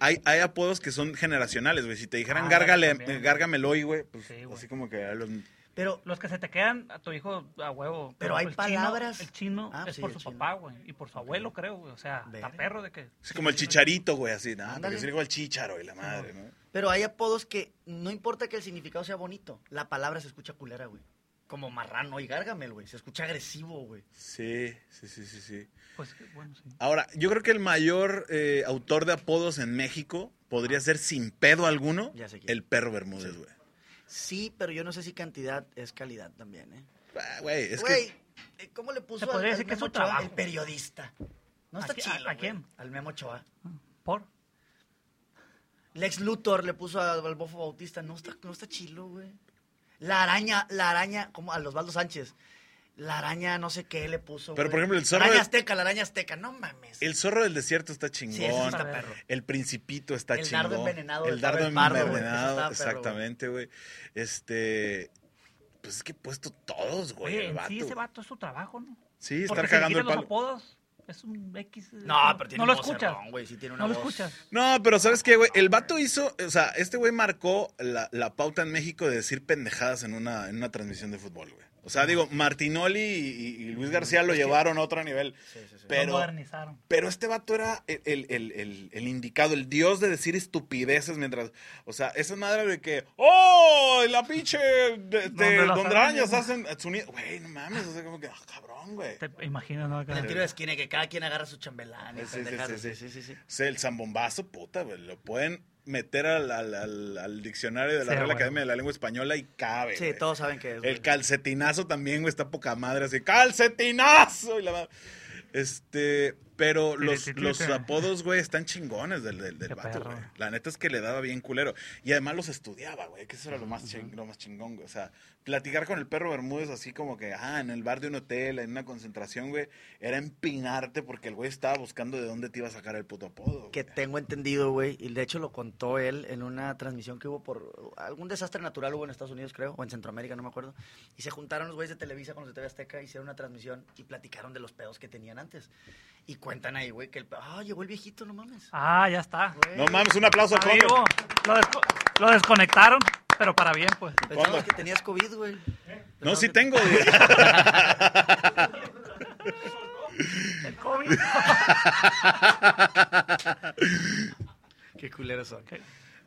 [SPEAKER 3] hay, hay apodos que son generacionales, güey. Si te dijeran
[SPEAKER 2] Ah,
[SPEAKER 3] gárgale,
[SPEAKER 2] también.
[SPEAKER 3] gárgamelo hoy, güey, pues
[SPEAKER 2] Sí, güey.
[SPEAKER 3] así como que a los-
[SPEAKER 1] Pero
[SPEAKER 2] Los que se te quedan a tu hijo a huevo.
[SPEAKER 1] Pero hay
[SPEAKER 2] el chino-
[SPEAKER 1] palabras.
[SPEAKER 2] el chino
[SPEAKER 1] Ah,
[SPEAKER 2] es
[SPEAKER 1] sí,
[SPEAKER 2] por
[SPEAKER 1] el
[SPEAKER 2] su
[SPEAKER 1] chino.
[SPEAKER 2] papá, güey. Y por su abuelo, creo, güey. O sea,
[SPEAKER 1] Verga.
[SPEAKER 2] está perro de que.
[SPEAKER 3] Es como el chicharito, güey, así, nada,
[SPEAKER 1] Ándale.
[SPEAKER 3] porque se dijo el chicharo y la madre, ¿no?
[SPEAKER 1] Pero hay apodos que no importa que el significado sea bonito, la palabra se escucha culera, güey. Como marrano y gárgamel, güey. Se escucha agresivo, güey.
[SPEAKER 3] Sí, sí, sí, sí, sí.
[SPEAKER 2] Pues bueno, sí.
[SPEAKER 3] Ahora, yo creo que el mayor eh, autor de apodos en México podría ser sin pedo alguno
[SPEAKER 1] Ya sé quién.
[SPEAKER 3] el perro Bermúdez, güey.
[SPEAKER 1] Sí, pero yo no sé si cantidad es calidad también, ¿eh.
[SPEAKER 3] Ah, Güey, es
[SPEAKER 1] Güey,
[SPEAKER 3] que...
[SPEAKER 1] eh, ¿cómo le puso
[SPEAKER 2] Se podría
[SPEAKER 1] al,
[SPEAKER 2] decir que es
[SPEAKER 1] Memo
[SPEAKER 2] su
[SPEAKER 1] Ochoa?
[SPEAKER 2] trabajo.
[SPEAKER 1] El periodista. No está
[SPEAKER 2] ¿A qui- a-
[SPEAKER 1] chido,
[SPEAKER 2] a
[SPEAKER 1] güey.
[SPEAKER 2] quién?
[SPEAKER 1] Al Memo Ochoa.
[SPEAKER 2] Por.
[SPEAKER 1] Lex Luthor le puso a- al Bofo Bautista. No está, no está chilo, güey. La araña, la araña, como a los Osvaldo Sánchez. La araña no sé qué le puso,
[SPEAKER 3] Pero,
[SPEAKER 1] güey.
[SPEAKER 3] por ejemplo, el zorro
[SPEAKER 1] Araña
[SPEAKER 3] de-
[SPEAKER 1] azteca, la araña azteca. No mames.
[SPEAKER 3] El zorro del desierto está
[SPEAKER 1] Sí, ese sí
[SPEAKER 3] chingón.
[SPEAKER 1] está perro.
[SPEAKER 3] El principito está
[SPEAKER 1] El
[SPEAKER 3] chingón.
[SPEAKER 1] dardo envenenado
[SPEAKER 3] El
[SPEAKER 1] del
[SPEAKER 3] dardo
[SPEAKER 1] Pavel Pardo, güey. Ese
[SPEAKER 3] envenenado,
[SPEAKER 1] estaba perro, güey.
[SPEAKER 3] exactamente, güey. Este... Pues es que he puesto todos, güey,
[SPEAKER 2] Oye,
[SPEAKER 3] el
[SPEAKER 2] en
[SPEAKER 3] vato.
[SPEAKER 2] sí ese
[SPEAKER 3] güey.
[SPEAKER 2] vato es su trabajo, ¿no?
[SPEAKER 3] Sí,
[SPEAKER 2] Porque si
[SPEAKER 3] estar
[SPEAKER 2] le
[SPEAKER 3] cagando el
[SPEAKER 2] quitas los
[SPEAKER 3] palo.
[SPEAKER 2] apodos. Es un X. eh,
[SPEAKER 1] No, pero tiene
[SPEAKER 2] No lo
[SPEAKER 1] un
[SPEAKER 2] escuchas.
[SPEAKER 1] vocerrón, güey, sí tiene una
[SPEAKER 2] No lo
[SPEAKER 1] voz.
[SPEAKER 2] escuchas.
[SPEAKER 3] No, pero ¿sabes qué, güey? El vato hizo... O sea, este güey marcó la, la pauta en México de decir pendejadas en una, en una transmisión de fútbol, güey. O sea, digo, Martinoli y, y- y Luis García lo llevaron a otro nivel.
[SPEAKER 1] Sí, sí, sí.
[SPEAKER 2] Lo
[SPEAKER 3] Pero-
[SPEAKER 2] modernizaron.
[SPEAKER 3] Pero este vato era el, el- el- el- el indicado, el dios de decir estupideces mientras. O sea, esa madre de que. ¡Oh! La pinche.
[SPEAKER 2] Donde
[SPEAKER 3] De,
[SPEAKER 2] las
[SPEAKER 3] donde
[SPEAKER 2] arañas,
[SPEAKER 3] arañas hacen. sonido". Güey, no mames. O sea, como que. ah, cabrón, güey.
[SPEAKER 2] Te imaginas, ¿no? Acá.
[SPEAKER 1] En el tiro de esquina que cada quien agarra su chambelán. y
[SPEAKER 3] Sí, sí,
[SPEAKER 1] pendejadas.
[SPEAKER 3] sí,
[SPEAKER 1] Sí,
[SPEAKER 3] sí.
[SPEAKER 1] sí, sí.
[SPEAKER 3] O sea, el zambombazo, puta, güey. Lo pueden meter al, al- al- al diccionario de la
[SPEAKER 2] Sí,
[SPEAKER 3] Real
[SPEAKER 2] bueno.
[SPEAKER 3] Academia de la Lengua Española y cabe.
[SPEAKER 1] Sí,
[SPEAKER 3] güey.
[SPEAKER 1] todos saben que es. güey.
[SPEAKER 3] El calcetinazo también, güey, está poca madre, así, calcetinazo. Y la madre. Este, pero los,
[SPEAKER 2] Tirititita.
[SPEAKER 3] los apodos, güey, están chingones del, del, del
[SPEAKER 2] Qué
[SPEAKER 3] vato,
[SPEAKER 2] perro.
[SPEAKER 3] güey. La neta es que le daba bien culero. Y además los estudiaba, güey, que eso era lo más, ching- lo más chingón, güey. O sea, platicar con el perro Bermúdez así como que, ah, en el bar de un hotel, en una concentración, güey, era empinarte porque el güey estaba buscando de dónde te iba a sacar el puto apodo.
[SPEAKER 1] Que
[SPEAKER 3] güey.
[SPEAKER 1] tengo entendido, güey. Y de hecho lo contó él en una transmisión que hubo por algún desastre natural hubo en Estados Unidos, creo, o en Centroamérica, no me acuerdo. Y se juntaron los güeyes de Televisa con los de TV Azteca, hicieron una transmisión y platicaron de los pedos que tenían antes. Y cuentan ahí, güey, que el... Ah, llegó el viejito, no mames.
[SPEAKER 2] Ah, ya está.
[SPEAKER 1] Güey,
[SPEAKER 3] No mames, un aplauso a
[SPEAKER 2] Está
[SPEAKER 3] Comer.
[SPEAKER 2] vivo. Lo, desco- lo desconectaron, pero para bien, pues.
[SPEAKER 1] Pensamos
[SPEAKER 3] ¿cuándo? ¿Eh?
[SPEAKER 1] que tenías COVID, güey.
[SPEAKER 3] No,
[SPEAKER 1] Pensamos
[SPEAKER 3] sí
[SPEAKER 1] que-
[SPEAKER 3] tengo, güey.
[SPEAKER 2] El COVID.
[SPEAKER 1] Qué culeros son.
[SPEAKER 2] Ok.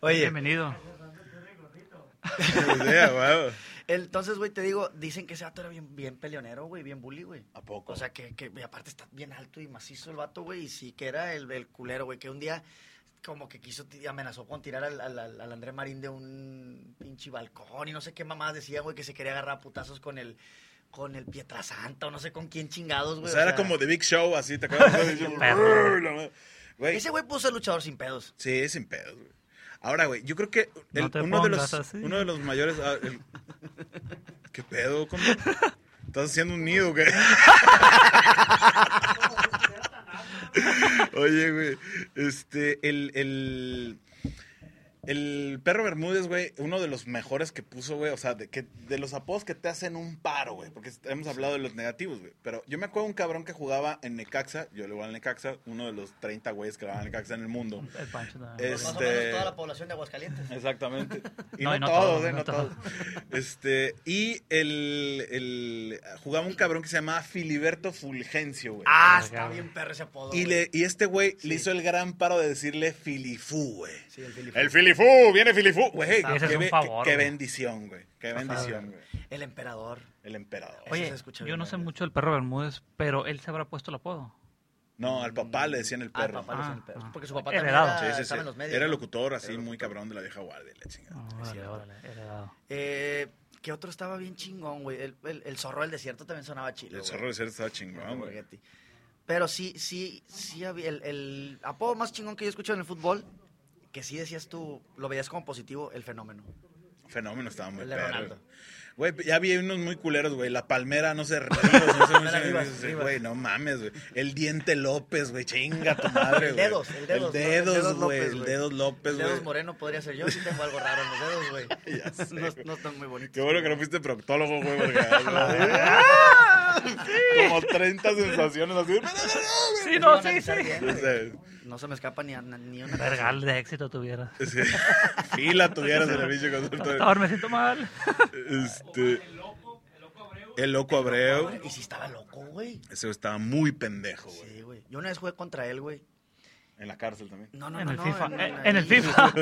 [SPEAKER 1] Oye,
[SPEAKER 2] Bienvenido.
[SPEAKER 3] Ni idea, güey.
[SPEAKER 1] entonces, güey, te digo, dicen que ese vato era bien, bien peleonero, güey, bien bully, güey.
[SPEAKER 3] ¿A poco?
[SPEAKER 1] O sea, que, que y aparte está bien alto y macizo el vato, güey. Y sí que era el, el culero, güey. Que un día como que quiso, ti- amenazó con tirar al, al, al al André Marín de un pinche balcón y no sé qué mamás decía, güey, que se quería agarrar a putazos con el, con el Pietrasanta o no sé con quién chingados,
[SPEAKER 3] O
[SPEAKER 1] güey.
[SPEAKER 3] sea, era como The Big Show, así, ¿te acuerdas?
[SPEAKER 2] Perro.
[SPEAKER 3] Güey,
[SPEAKER 1] Ese güey puso el luchador sin pedos.
[SPEAKER 3] sí, sin pedos, güey. Ahora, güey, yo creo que el-
[SPEAKER 2] No te
[SPEAKER 3] uno, de
[SPEAKER 2] pongas
[SPEAKER 3] los,
[SPEAKER 2] así.
[SPEAKER 3] uno de los mayores... ah, el- ¿Qué pedo? ¿Cómo? ¿Estás haciendo un nido, güey? Oye, güey, este, el, el, el perro Bermúdez, güey, uno de los mejores que puso, güey, o sea, de, que, de los apodos que te hacen un paro, güey, porque hemos hablado de los negativos, güey, pero yo me acuerdo de un cabrón que jugaba en Necaxa, yo le voy al Necaxa, uno de los 30 güeyes que jugaban en Necaxa en el mundo.
[SPEAKER 2] El Pancho también.
[SPEAKER 1] Por Más o
[SPEAKER 3] Este- Ah,
[SPEAKER 1] menos toda la población de Aguascalientes.
[SPEAKER 3] Exactamente. Y
[SPEAKER 2] No,
[SPEAKER 3] no,
[SPEAKER 2] y no
[SPEAKER 3] todos,
[SPEAKER 2] todos,
[SPEAKER 3] eh,
[SPEAKER 2] no
[SPEAKER 3] no
[SPEAKER 2] todos.
[SPEAKER 3] todos. Este, y el, el, jugaba un cabrón que se llamaba Filiberto Fulgencio, güey.
[SPEAKER 1] Ah,
[SPEAKER 2] Verga,
[SPEAKER 1] está
[SPEAKER 2] güey.
[SPEAKER 1] bien perro ese apodo.
[SPEAKER 3] Y,
[SPEAKER 1] güey.
[SPEAKER 3] le, y este güey
[SPEAKER 1] Sí.
[SPEAKER 3] le hizo el gran paro de decirle Filifú, güey.
[SPEAKER 1] Sí, el Filipe.
[SPEAKER 3] El Filifú, viene Filifú. Güey,
[SPEAKER 2] Ese es
[SPEAKER 3] qué,
[SPEAKER 2] un
[SPEAKER 3] be-
[SPEAKER 2] favor,
[SPEAKER 3] qué- qué
[SPEAKER 2] güey.
[SPEAKER 3] bendición, güey. Qué bendición, güey.
[SPEAKER 1] El emperador.
[SPEAKER 3] El emperador.
[SPEAKER 1] Ese
[SPEAKER 2] Oye,
[SPEAKER 1] se escucha
[SPEAKER 2] yo
[SPEAKER 1] bien,
[SPEAKER 2] no sé
[SPEAKER 1] verga.
[SPEAKER 2] mucho del perro Bermúdez, pero él se habrá puesto el apodo.
[SPEAKER 3] No, al papá le decían el
[SPEAKER 1] Ah, el
[SPEAKER 3] perro.
[SPEAKER 1] papá le decían el
[SPEAKER 2] Ah,
[SPEAKER 1] perro.
[SPEAKER 2] ah.
[SPEAKER 1] Porque su papá también
[SPEAKER 2] Heredado.
[SPEAKER 1] era,
[SPEAKER 3] Sí, sí, sí.
[SPEAKER 1] estaba en los medios.
[SPEAKER 3] Era
[SPEAKER 1] ¿no?
[SPEAKER 3] locutor así,
[SPEAKER 1] Era
[SPEAKER 3] muy
[SPEAKER 1] locutor. Ah,
[SPEAKER 3] cabrón de la vieja guardia, la chingada.
[SPEAKER 2] Órale,
[SPEAKER 1] cierto.
[SPEAKER 2] Ah, órale, heredado.
[SPEAKER 1] Eh, ¿Qué otro estaba bien chingón, güey? El, el- el zorro del desierto también sonaba chido.
[SPEAKER 3] El
[SPEAKER 1] güey.
[SPEAKER 3] zorro de ser estaba
[SPEAKER 1] Jorge
[SPEAKER 3] chingón, güey.
[SPEAKER 1] Borghetti. Pero sí, sí, sí había el, el apodo más chingón que yo escucho en el fútbol, que sí decías tú, lo veías como positivo, el fenómeno.
[SPEAKER 3] Fenómeno, estaba muy
[SPEAKER 1] El de
[SPEAKER 3] perro.
[SPEAKER 1] Ronaldo.
[SPEAKER 3] Güey, ya había unos muy culeros, güey. La palmera, no sé, Ríos, no sé, no sé,
[SPEAKER 1] Rivas,
[SPEAKER 3] no sé,
[SPEAKER 1] Rivas.
[SPEAKER 3] güey, no mames, güey. El diente López, güey, chinga tu madre,
[SPEAKER 1] El
[SPEAKER 3] güey.
[SPEAKER 1] dedos, el dedos, ¿no?
[SPEAKER 3] El
[SPEAKER 1] El dedos
[SPEAKER 3] dedos, güey,
[SPEAKER 1] López,
[SPEAKER 3] el
[SPEAKER 1] güey.
[SPEAKER 3] dedos López,
[SPEAKER 1] El dedos
[SPEAKER 3] Pues, güey.
[SPEAKER 1] moreno podría ser yo, sí tengo algo raro en los dedos, güey.
[SPEAKER 3] Ya sé,
[SPEAKER 1] No, no están muy bonitos.
[SPEAKER 3] Qué bueno que no fuiste proctólogo, güey, porque... Como 30 sensaciones así.
[SPEAKER 2] Sí,
[SPEAKER 1] Los
[SPEAKER 2] no,
[SPEAKER 1] iban a
[SPEAKER 2] sí, sí.
[SPEAKER 1] analizar bien,
[SPEAKER 3] No
[SPEAKER 1] güey.
[SPEAKER 3] sé,
[SPEAKER 1] No se me escapa ni, a- ni una.
[SPEAKER 2] Vergal de éxito tuvieras.
[SPEAKER 3] sí. Fila tuvieras en el pinche consultorio.
[SPEAKER 2] Ahora me siento mal.
[SPEAKER 3] Este... El loco Abreu.
[SPEAKER 1] Y si estaba loco, güey.
[SPEAKER 3] Ese güey estaba muy pendejo, güey.
[SPEAKER 1] Sí, güey. Yo una vez jugué contra él, güey.
[SPEAKER 3] En la cárcel también.
[SPEAKER 1] No, no,
[SPEAKER 2] En
[SPEAKER 1] no,
[SPEAKER 2] el
[SPEAKER 1] no,
[SPEAKER 2] FIFA.
[SPEAKER 1] en-
[SPEAKER 2] eh,
[SPEAKER 1] en-
[SPEAKER 2] En el
[SPEAKER 1] ahí.
[SPEAKER 2] FIFA.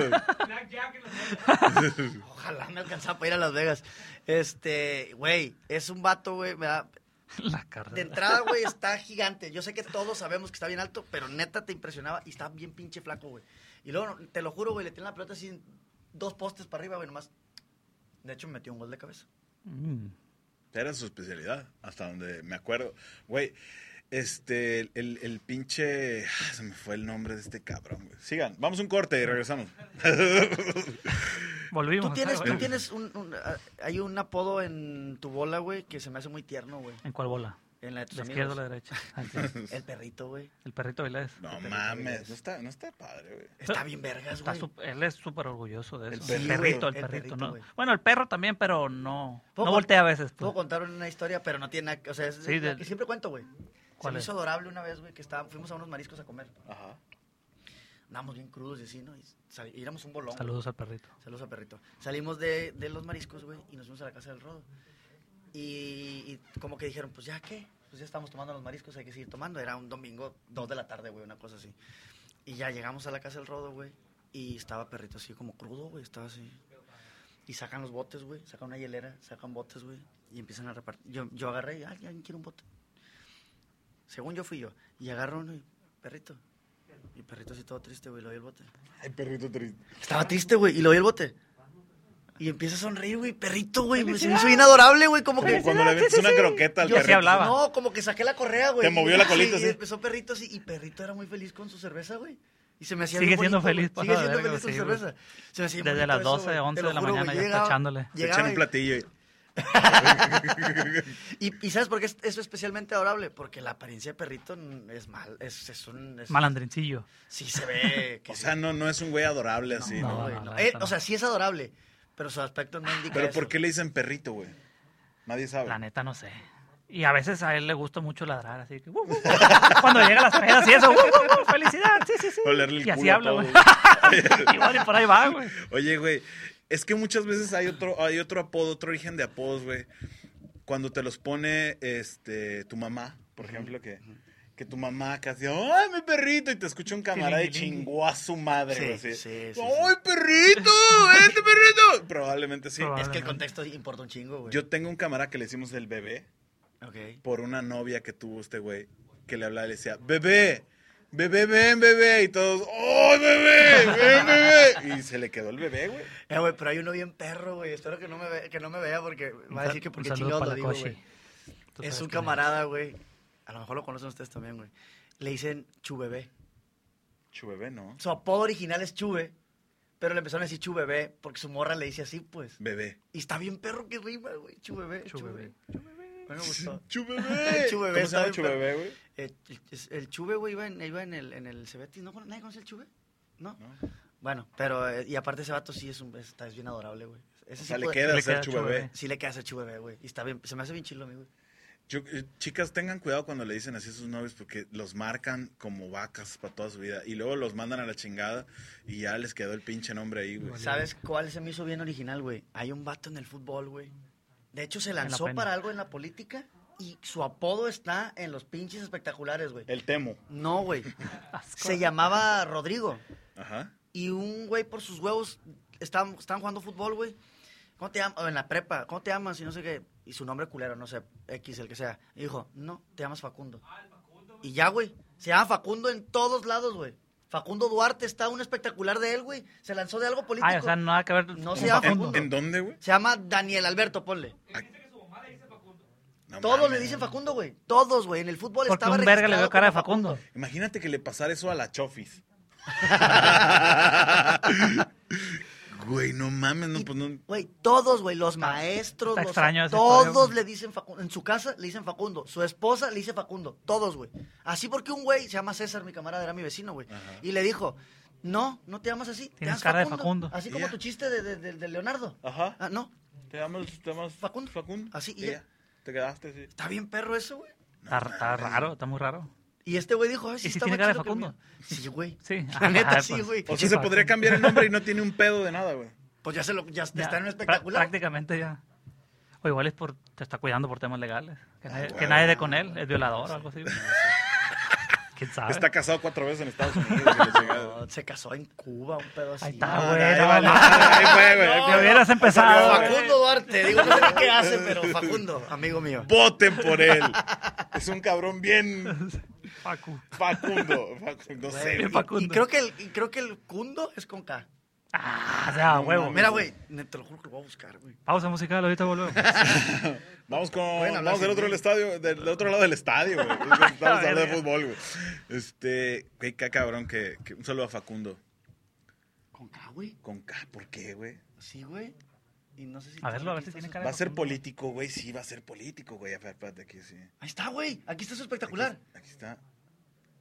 [SPEAKER 1] Ojalá me alcanzaba para ir a Las Vegas. Este, güey, es un vato, güey, me da-
[SPEAKER 2] La
[SPEAKER 1] De
[SPEAKER 2] carrera.
[SPEAKER 1] entrada, güey, está gigante. Yo sé que todos sabemos que está bien alto, pero neta te impresionaba y está bien pinche flaco, güey. Y luego, te lo juro, güey, le tiene la pelota así dos postes para arriba, güey, nomás. De hecho, me metió un gol de cabeza.
[SPEAKER 2] Mm.
[SPEAKER 3] Era su especialidad, hasta donde me acuerdo. Güey, este, el, el pinche. ah, Se me fue el nombre de este cabrón, güey. Sigan, vamos a un corte y regresamos.
[SPEAKER 2] Volvimos.
[SPEAKER 1] Tú tienes,
[SPEAKER 2] ¿sabes?
[SPEAKER 1] tú tienes un, un- ah, hay un apodo en tu bola, güey, que se me hace muy tierno, güey.
[SPEAKER 2] ¿En cuál bola?
[SPEAKER 1] En la de tus
[SPEAKER 2] ¿La izquierda o
[SPEAKER 1] amigos.
[SPEAKER 2] la derecha? Ah, sí.
[SPEAKER 1] El perrito, güey.
[SPEAKER 2] El perrito Vilés.
[SPEAKER 3] No mames, no está, no está padre, güey.
[SPEAKER 1] Está bien vergas,
[SPEAKER 2] Está
[SPEAKER 1] Pues, güey.
[SPEAKER 2] sup- él es súper orgulloso de
[SPEAKER 3] El
[SPEAKER 2] eso.
[SPEAKER 3] perrito.
[SPEAKER 2] perrito, el
[SPEAKER 1] El
[SPEAKER 2] perrito.
[SPEAKER 1] perrito,
[SPEAKER 2] ¿no?
[SPEAKER 1] güey.
[SPEAKER 2] Bueno, el perro también, pero no.
[SPEAKER 1] ¿Puedo
[SPEAKER 2] No
[SPEAKER 1] cont-
[SPEAKER 2] voltea a veces. pues.
[SPEAKER 1] Puedo contar una historia, pero no tiene nada que... O sea, es
[SPEAKER 2] Sí,
[SPEAKER 1] la
[SPEAKER 2] de-
[SPEAKER 1] que siempre cuento, güey. Se
[SPEAKER 2] ¿Cuál
[SPEAKER 1] me
[SPEAKER 2] es?
[SPEAKER 1] hizo adorable una vez, güey, que estaba, fuimos a unos mariscos a comer.
[SPEAKER 3] Ajá.
[SPEAKER 1] Andábamos bien crudos y así, ¿no? Y sal- y éramos un bolón. güey.
[SPEAKER 2] Saludos al perrito.
[SPEAKER 1] Saludos a perrito. Salimos de, de los mariscos, güey, y nos fuimos a la casa del rodo. Y, y como que dijeron, pues ya qué, pues ya estamos tomando los mariscos, hay que seguir tomando. Era un domingo, dos de la tarde, güey, una cosa así. Y ya llegamos a la casa del rodo, güey, y estaba perrito así como crudo, güey, estaba así. Y sacan los botes, güey, sacan una hielera, sacan botes, güey, y empiezan a repartir. Yo, yo agarré, y, ay, alguien quiere un bote. Según yo fui yo, y agarro uno y perrito. Y perrito así todo triste, güey, le doy el bote.
[SPEAKER 3] Ay, perrito triste.
[SPEAKER 1] Estaba triste, güey, y lo vi el bote. Y empieza a sonreír, güey, perrito, güey. güey, Se me hizo bien adorable, güey, como
[SPEAKER 3] Como
[SPEAKER 1] que...
[SPEAKER 3] cuando le
[SPEAKER 2] sí,
[SPEAKER 3] metes
[SPEAKER 2] sí,
[SPEAKER 3] una
[SPEAKER 2] sí.
[SPEAKER 3] croqueta al
[SPEAKER 2] Yo sí
[SPEAKER 3] perrito.
[SPEAKER 2] hablaba.
[SPEAKER 1] No, como que saqué la correa, güey.
[SPEAKER 3] Te movió la colita,
[SPEAKER 1] Sí,
[SPEAKER 3] sí.
[SPEAKER 1] Y empezó perrito así, y perrito era muy feliz con su cerveza, güey. Y se me hacía
[SPEAKER 2] Sigue
[SPEAKER 1] bien
[SPEAKER 2] siendo
[SPEAKER 1] bonito,
[SPEAKER 2] feliz,
[SPEAKER 1] güey.
[SPEAKER 2] pasado
[SPEAKER 1] Sigue siendo
[SPEAKER 2] de verga,
[SPEAKER 1] feliz con
[SPEAKER 2] sí,
[SPEAKER 1] su
[SPEAKER 2] güey.
[SPEAKER 1] cerveza. Se me hacía bien
[SPEAKER 2] Desde las
[SPEAKER 1] bonito eso,
[SPEAKER 2] 12,
[SPEAKER 1] güey, te
[SPEAKER 2] 11
[SPEAKER 1] lo
[SPEAKER 2] de la
[SPEAKER 1] juro,
[SPEAKER 2] mañana
[SPEAKER 1] güey,
[SPEAKER 2] ya
[SPEAKER 1] yo
[SPEAKER 2] está
[SPEAKER 1] llegaba-
[SPEAKER 2] echándole.
[SPEAKER 3] Te echan
[SPEAKER 1] llegaba
[SPEAKER 3] un
[SPEAKER 1] y-
[SPEAKER 3] platillo. y-
[SPEAKER 1] Y, y ¿sabes por qué es eso especialmente adorable? Porque la apariencia de perrito mm, es mal, es, es un... es-
[SPEAKER 2] Malandrincillo.
[SPEAKER 1] Sí se ve... que
[SPEAKER 3] O sea, no, no es un güey adorable así,
[SPEAKER 1] no,
[SPEAKER 3] ¿no?
[SPEAKER 1] güey,
[SPEAKER 2] no,
[SPEAKER 1] no.
[SPEAKER 2] la
[SPEAKER 1] Eh,
[SPEAKER 2] neta
[SPEAKER 1] o sea,
[SPEAKER 2] no.
[SPEAKER 1] sí es adorable, pero su aspecto no indica
[SPEAKER 3] Pero
[SPEAKER 1] eso.
[SPEAKER 3] ¿por qué le dicen perrito, güey? Nadie sabe.
[SPEAKER 2] La neta, no sé. Y a veces a él le gusta mucho ladrar, así que. "Uh, uh, uh". cuando llega a las pedas y eso, "Uh, uh, uh, ¡Felicidad! Sí, sí, sí.
[SPEAKER 3] Olerle el
[SPEAKER 2] y así
[SPEAKER 3] culo a
[SPEAKER 2] habla, güey.
[SPEAKER 3] todos.
[SPEAKER 2] Igual y por ahí va, güey.
[SPEAKER 3] Oye, güey, es que muchas veces hay otro, hay otro apodo, otro origen de apodos, güey. Cuando te los pone este tu mamá, por ejemplo, que, que tu mamá casi, ¡ay, mi perrito! Y te escucha un camarada y
[SPEAKER 2] Tilingilingui.
[SPEAKER 3] chingó a su madre.
[SPEAKER 1] Sí,
[SPEAKER 3] güey, así.
[SPEAKER 1] sí, sí, sí.
[SPEAKER 3] ¡Ay, perrito! ¡Este perrito! Probablemente sí.
[SPEAKER 2] Probable.
[SPEAKER 1] Es que el contexto importa un chingo, güey.
[SPEAKER 3] Yo tengo un camarada que le decimos el bebé
[SPEAKER 1] Ok. Eh,
[SPEAKER 3] por una novia que tuvo este güey, que le hablaba y le decía, bebé, bebé, ven, bebé. Y todos, ¡oh, bebé! ¡Ven, bebé! Y se le quedó el bebé, güey.
[SPEAKER 1] Eh, güey, pero hay uno bien perro, güey. Espero que no me, ve- que no me vea porque va a decir que
[SPEAKER 2] Un
[SPEAKER 1] porque
[SPEAKER 2] saludo
[SPEAKER 1] chingados
[SPEAKER 2] para
[SPEAKER 1] lo
[SPEAKER 2] la
[SPEAKER 1] digo,
[SPEAKER 2] Koshi. este,
[SPEAKER 1] güey.
[SPEAKER 2] Tú sabes
[SPEAKER 1] Es un
[SPEAKER 2] quién
[SPEAKER 1] camarada, güey. A lo mejor lo conocen ustedes también, güey. Le dicen Chubebé.
[SPEAKER 3] Chu bebé, ¿no?
[SPEAKER 1] Su apodo original es Chube, pero le empezaron a decir Chubebé porque su morra le dice así, pues.
[SPEAKER 3] Bebé.
[SPEAKER 1] Y está bien perro que rima, güey. Chubebé, Chubebé.
[SPEAKER 2] Chubebé.
[SPEAKER 1] Chubebé. Me gustó.
[SPEAKER 3] Chubebé.
[SPEAKER 1] Chubebé
[SPEAKER 3] ¿Cómo se
[SPEAKER 1] está
[SPEAKER 3] llama
[SPEAKER 1] bien
[SPEAKER 3] Chubebé, güey?
[SPEAKER 1] Eh, el- es- el Chube, güey, iba en, iba en el, en el Cebetis. ¿No, ¿Nadie conoce el Chube? ¿No?
[SPEAKER 3] No.
[SPEAKER 1] Bueno, pero... eh, y aparte ese vato sí es un... Está, es bien adorable, güey. Ese
[SPEAKER 3] O
[SPEAKER 1] sí
[SPEAKER 3] sea, le
[SPEAKER 1] puede-
[SPEAKER 3] queda
[SPEAKER 2] le
[SPEAKER 3] hacer
[SPEAKER 2] queda
[SPEAKER 3] Chubebé.
[SPEAKER 2] Chubebé.
[SPEAKER 1] Sí le queda ese Chubebé, güey. Y está bien... Se me hace bien chilo a mí, güey.
[SPEAKER 3] Chu- eh, Chicas, tengan cuidado cuando le dicen así a sus novios porque los marcan como vacas para toda su vida y luego los mandan a la chingada y ya les quedó el pinche nombre ahí, güey.
[SPEAKER 2] Vale.
[SPEAKER 1] ¿Sabes cuál se me hizo bien original, güey? Hay un vato en el fútbol, güey. De hecho, se
[SPEAKER 2] la
[SPEAKER 1] lanzó
[SPEAKER 2] pena.
[SPEAKER 1] para algo en la política y su apodo está en los pinches espectaculares, güey.
[SPEAKER 3] El Temo.
[SPEAKER 1] No, güey.
[SPEAKER 2] Asco.
[SPEAKER 1] Se llamaba Rodrigo.
[SPEAKER 3] Ajá.
[SPEAKER 1] Y un güey por sus huevos estaban, estaban jugando fútbol, güey. ¿Cómo te llamas? En la prepa, ¿cómo te llamas? Y no sé qué. Y su nombre culero, no sé, X, el que sea. Y dijo, no, te llamas Facundo. Y ya, güey. Se llama Facundo en todos lados, güey. Facundo Duarte está un espectacular de él, güey. Se lanzó de algo político.
[SPEAKER 2] Ay, Ah, o sea, nada que ver.
[SPEAKER 1] No
[SPEAKER 2] con
[SPEAKER 1] se llama
[SPEAKER 3] ¿En,
[SPEAKER 1] Facundo.
[SPEAKER 3] en dónde, güey?
[SPEAKER 1] Se llama Daniel Alberto, ponle.
[SPEAKER 3] No
[SPEAKER 1] Todos le
[SPEAKER 3] mames.
[SPEAKER 1] dicen Facundo, güey. Todos, güey. En el fútbol
[SPEAKER 2] Porque
[SPEAKER 1] estaba
[SPEAKER 2] un verga le
[SPEAKER 1] registrado
[SPEAKER 2] veo cara de
[SPEAKER 1] como
[SPEAKER 2] Facundo.
[SPEAKER 3] Imagínate que le pasara eso a la Chofis. güey, no mames, no, pues no.
[SPEAKER 1] Güey, todos, güey, los maestros,
[SPEAKER 2] está
[SPEAKER 1] los-
[SPEAKER 2] extraño ese
[SPEAKER 1] todos
[SPEAKER 2] estudio, güey.
[SPEAKER 1] le dicen Facundo. En su casa le dicen Facundo, su esposa le dice Facundo, todos, güey. Así porque un güey se llama César, mi camarada, era mi vecino, güey.
[SPEAKER 3] Ajá.
[SPEAKER 1] Y le dijo, no, no te llamas así, te
[SPEAKER 2] Tienes
[SPEAKER 1] llamas
[SPEAKER 2] cara de Facundo.
[SPEAKER 1] Así
[SPEAKER 3] Y
[SPEAKER 1] como
[SPEAKER 3] ya.
[SPEAKER 1] tu chiste de, de- de- de Leonardo.
[SPEAKER 3] Ajá.
[SPEAKER 1] Ah, no,
[SPEAKER 3] Te llamas, te llamas
[SPEAKER 1] Facundo.
[SPEAKER 3] Facundo.
[SPEAKER 1] Así, y
[SPEAKER 3] Y
[SPEAKER 1] ya.
[SPEAKER 3] ya. Te quedaste, sí.
[SPEAKER 1] está bien perro eso, güey.
[SPEAKER 2] Está, está raro, está muy raro.
[SPEAKER 1] Y este güey dijo, ay, sí,
[SPEAKER 2] ¿Y si
[SPEAKER 1] está
[SPEAKER 2] tiene
[SPEAKER 1] más
[SPEAKER 2] cara de
[SPEAKER 1] chido que el
[SPEAKER 2] Facundo?
[SPEAKER 1] mío". Sí, güey.
[SPEAKER 2] Sí.
[SPEAKER 1] La neta,
[SPEAKER 2] Ajá,
[SPEAKER 1] sí,
[SPEAKER 2] pues.
[SPEAKER 1] güey.
[SPEAKER 3] O sea, se podría cambiar el nombre y no tiene un pedo de nada, güey.
[SPEAKER 1] Pues ya se lo,
[SPEAKER 2] Ya,
[SPEAKER 1] ya, está en
[SPEAKER 2] prá-
[SPEAKER 1] un espectacular.
[SPEAKER 2] Prácticamente ya. O igual es por. Te está cuidando por temas legales. Que nadie, que
[SPEAKER 3] huevo.
[SPEAKER 2] nadie dé con él. Es violador o algo así. ¿Quién sabe?
[SPEAKER 3] Está casado cuatro veces en Estados Unidos. y la chingada. Ah,
[SPEAKER 1] No, se casó en Cuba, un pedo así.
[SPEAKER 2] Ahí está,
[SPEAKER 1] Ah, No,
[SPEAKER 2] güey.
[SPEAKER 3] ahí
[SPEAKER 2] no,
[SPEAKER 3] va,
[SPEAKER 2] no.
[SPEAKER 3] ahí fue, güey, ahí
[SPEAKER 2] Te
[SPEAKER 3] fue.
[SPEAKER 2] hubieras empezado. güey.
[SPEAKER 1] Facundo Duarte, digo, no sé qué hace, pero Facundo, amigo mío.
[SPEAKER 3] Voten por él. Es un cabrón bien
[SPEAKER 2] Facu.
[SPEAKER 3] Facundo. Facundo, no sé.
[SPEAKER 2] Bien Facundo.
[SPEAKER 1] Eh, Y creo que el, y creo que el cundo es con K.
[SPEAKER 2] Ah, o sea,
[SPEAKER 3] No
[SPEAKER 2] huevo.
[SPEAKER 1] Mira, güey, ne- te lo juro que lo voy a buscar, güey.
[SPEAKER 2] Pausa musical, ahorita volvemos.
[SPEAKER 3] Vamos con.
[SPEAKER 1] Pueden hablar
[SPEAKER 3] Vamos del
[SPEAKER 1] sin
[SPEAKER 3] otro,
[SPEAKER 1] mí.
[SPEAKER 3] del estadio, del, del otro lado del estadio, güey. Es que Estamos hablando de
[SPEAKER 2] verga.
[SPEAKER 3] fútbol, güey. Este. Qué, qué cabrón que, que- Un saludo a Facundo.
[SPEAKER 1] ¿Con K, güey?
[SPEAKER 3] Con K, ¿por qué, güey?
[SPEAKER 1] Sí, güey. Y no sé si
[SPEAKER 2] A verlo, a ver
[SPEAKER 1] aquí
[SPEAKER 2] si
[SPEAKER 1] está
[SPEAKER 2] tiene
[SPEAKER 1] su-
[SPEAKER 2] cara.
[SPEAKER 3] Va a ser político, güey. Sí, va a ser político, güey. A ver, Espérate, aquí sí. Aquí-
[SPEAKER 1] Ahí está, güey. Aquí está su espectacular.
[SPEAKER 3] Aquí está.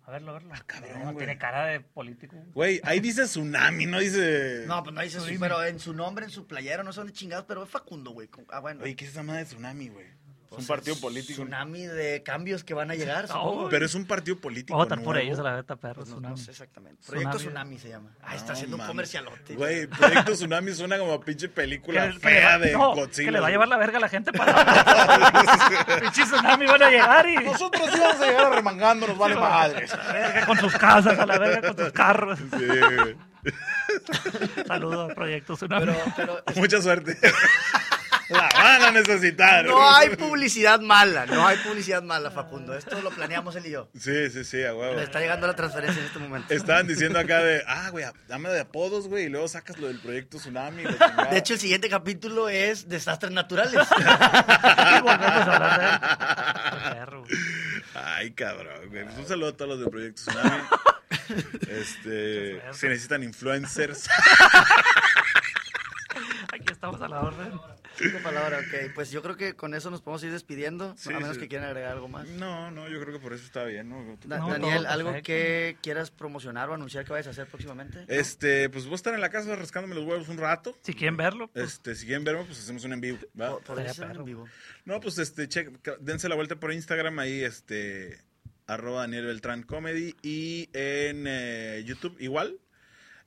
[SPEAKER 2] A verlo, a verlo.
[SPEAKER 3] cabrón,
[SPEAKER 2] No,
[SPEAKER 3] güey.
[SPEAKER 2] Tiene cara de político.
[SPEAKER 3] Güey, ahí dice tsunami, no dice.
[SPEAKER 1] No, pues no dice su, pero en su nombre, en su playero, no sé dónde chingados, pero es Facundo, güey. Con- Ah, bueno.
[SPEAKER 3] Oye, ¿qué es esa madre de tsunami, güey? Es
[SPEAKER 1] Pues
[SPEAKER 3] un
[SPEAKER 1] es
[SPEAKER 3] partido político.
[SPEAKER 1] Tsunami de cambios que van a llegar. supongo. Pues
[SPEAKER 2] güey.
[SPEAKER 3] Pero es un partido político.
[SPEAKER 2] Voy a votar por
[SPEAKER 3] nuevo.
[SPEAKER 2] ellos a la beta, perro.
[SPEAKER 1] No, no
[SPEAKER 2] tsunami.
[SPEAKER 1] sé exactamente. Proyecto
[SPEAKER 2] Tsunami.
[SPEAKER 1] Tsunami se llama. Ah, está
[SPEAKER 3] No
[SPEAKER 1] haciendo un
[SPEAKER 3] mames.
[SPEAKER 1] comercialote.
[SPEAKER 3] Güey, Proyecto Tsunami suena como a pinche película
[SPEAKER 2] le- le
[SPEAKER 3] fea
[SPEAKER 2] va-
[SPEAKER 3] de
[SPEAKER 2] no,
[SPEAKER 3] Godzilla.
[SPEAKER 2] que le va a llevar la verga a la gente para. Pinche tsunami van a llegar y.
[SPEAKER 3] Nosotros íbamos a llegar remangando, nos vale madres.
[SPEAKER 2] A la verga con sus casas, a la verga con sus carros.
[SPEAKER 3] Sí, güey.
[SPEAKER 2] Saludos, proyecto tsunami.
[SPEAKER 1] Pero, pero
[SPEAKER 3] Mucha suerte. La van a necesitar.
[SPEAKER 1] No hay publicidad mala, no hay publicidad mala, Facundo. Esto lo planeamos él y yo.
[SPEAKER 3] Sí, sí, sí, a huevo.
[SPEAKER 1] Le está llegando la transferencia en este momento.
[SPEAKER 3] Estaban diciendo acá de, ah, güey, dame de apodos, güey, y luego sacas lo del proyecto Tsunami. y la chingada.
[SPEAKER 1] De hecho, el siguiente capítulo es desastres naturales.
[SPEAKER 2] Y volvemos a hablar de él. Qué perro, güey.
[SPEAKER 3] Ay, cabrón, güey. Pues un saludo a todos los de Proyecto Tsunami. Este,
[SPEAKER 2] suerte.
[SPEAKER 3] si necesitan influencers.
[SPEAKER 2] Aquí está estamos a la orden.
[SPEAKER 1] Cinco palabras, ok. Pues yo creo que con eso nos podemos ir despidiendo,
[SPEAKER 3] Sí,
[SPEAKER 1] a menos
[SPEAKER 3] sí.
[SPEAKER 1] que quieran agregar algo más.
[SPEAKER 3] No, no, yo creo que por eso está bien, ¿no?
[SPEAKER 1] Da-
[SPEAKER 2] No,
[SPEAKER 1] Daniel,
[SPEAKER 2] todo
[SPEAKER 1] ¿algo
[SPEAKER 2] perfecto.
[SPEAKER 1] que quieras promocionar o anunciar que vayas a hacer próximamente?
[SPEAKER 3] Este, pues voy a estar en la casa rascándome los huevos un rato.
[SPEAKER 2] Si quieren verlo, pues,
[SPEAKER 3] Este, si quieren verme, pues hacemos un en vivo. ¿va?
[SPEAKER 1] Po- podría
[SPEAKER 2] Estaría
[SPEAKER 1] ser en
[SPEAKER 2] perro.
[SPEAKER 1] vivo.
[SPEAKER 3] No, pues este, che- dense la vuelta por Instagram ahí, este, arroba Daniel Beltrán Comedy y en eh, YouTube igual.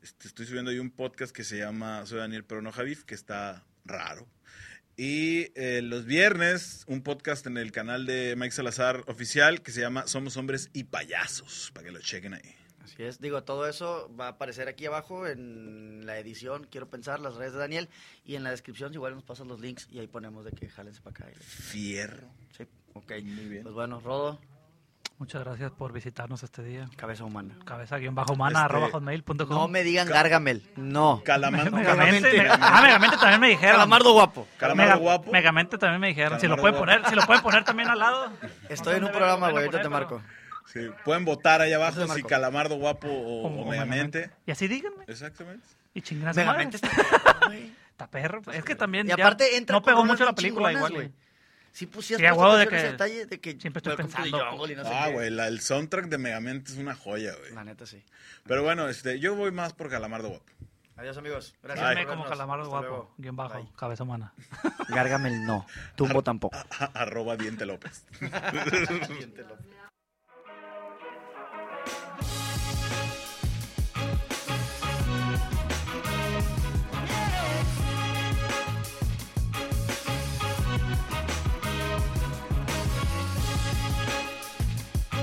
[SPEAKER 3] Este, estoy subiendo ahí un podcast que se llama Soy Daniel pero no Javif, que está raro. Y eh, los viernes un podcast en el canal de Mike Salazar oficial que se llama Somos Hombres y Payasos, para que lo chequen ahí.
[SPEAKER 1] Así es, digo, todo eso va a aparecer aquí abajo en la edición, quiero pensar, las redes de Daniel y en la descripción igual nos pasan los links y ahí ponemos de que jálense para acá. y-
[SPEAKER 3] Fierro.
[SPEAKER 1] Sí, ok.
[SPEAKER 3] Muy bien.
[SPEAKER 1] Pues bueno, Rodo,
[SPEAKER 2] muchas gracias por visitarnos este día.
[SPEAKER 1] cabeza humana.
[SPEAKER 2] Cabeza-humana, arroba
[SPEAKER 3] Este,
[SPEAKER 2] hotmail.com.
[SPEAKER 1] No me digan Gargamel, no.
[SPEAKER 3] Calamando,
[SPEAKER 2] Megamente,
[SPEAKER 1] Megamente.
[SPEAKER 2] Mega- ah, Megamente también me dijeron.
[SPEAKER 1] Calamardo guapo.
[SPEAKER 3] Calamardo
[SPEAKER 2] Mega-
[SPEAKER 3] guapo.
[SPEAKER 2] Megamente también me dijeron. Si lo
[SPEAKER 3] Calamardo
[SPEAKER 2] pueden
[SPEAKER 3] guapo.
[SPEAKER 2] poner, si lo pueden poner también al lado.
[SPEAKER 1] Estoy en
[SPEAKER 2] No
[SPEAKER 1] un
[SPEAKER 2] sé
[SPEAKER 1] programa,
[SPEAKER 2] dónde
[SPEAKER 1] güey,
[SPEAKER 2] lo
[SPEAKER 1] ahorita te
[SPEAKER 2] van a poner,
[SPEAKER 1] marco.
[SPEAKER 3] Sí, pueden votar allá
[SPEAKER 1] Eso
[SPEAKER 3] abajo
[SPEAKER 1] te
[SPEAKER 3] si
[SPEAKER 1] marco.
[SPEAKER 3] Calamardo Guapo o,
[SPEAKER 2] pero-
[SPEAKER 3] o Megamente.
[SPEAKER 2] Y así díganme.
[SPEAKER 3] Exactamente.
[SPEAKER 2] Y chingas
[SPEAKER 1] Megamente
[SPEAKER 2] Megamente
[SPEAKER 1] está perro, güey.
[SPEAKER 2] está perro. pues, Es que también
[SPEAKER 1] Y
[SPEAKER 2] ya
[SPEAKER 1] aparte entra
[SPEAKER 2] no
[SPEAKER 1] con
[SPEAKER 2] pegó
[SPEAKER 1] rolas
[SPEAKER 2] mucho la
[SPEAKER 1] bien
[SPEAKER 2] película
[SPEAKER 1] chingonas,
[SPEAKER 2] igual.
[SPEAKER 1] güey. Sí pusieras
[SPEAKER 2] Sí, a huevo de
[SPEAKER 1] atención a ese
[SPEAKER 2] que
[SPEAKER 1] detalle de que
[SPEAKER 2] siempre estoy
[SPEAKER 1] Welcome to the
[SPEAKER 2] pensando.
[SPEAKER 1] Jungle y no sé
[SPEAKER 3] ah,
[SPEAKER 1] qué.
[SPEAKER 3] güey, la- el soundtrack de Megamente es una joya, güey.
[SPEAKER 1] La neta sí.
[SPEAKER 3] Pero bueno, este, yo voy más por Calamardo Guapo.
[SPEAKER 1] Adiós, amigos. Gracias.
[SPEAKER 3] Bye.
[SPEAKER 2] Síganme
[SPEAKER 1] por
[SPEAKER 2] como
[SPEAKER 1] vernos.
[SPEAKER 2] Calamardo
[SPEAKER 1] Hasta
[SPEAKER 2] guapo,
[SPEAKER 1] luego.
[SPEAKER 2] guión bajo,
[SPEAKER 1] Bye.
[SPEAKER 2] cabeza humana.
[SPEAKER 1] Gargamel no. Tumbo tampoco.
[SPEAKER 3] Arroba Diente López.
[SPEAKER 1] Siéntelo.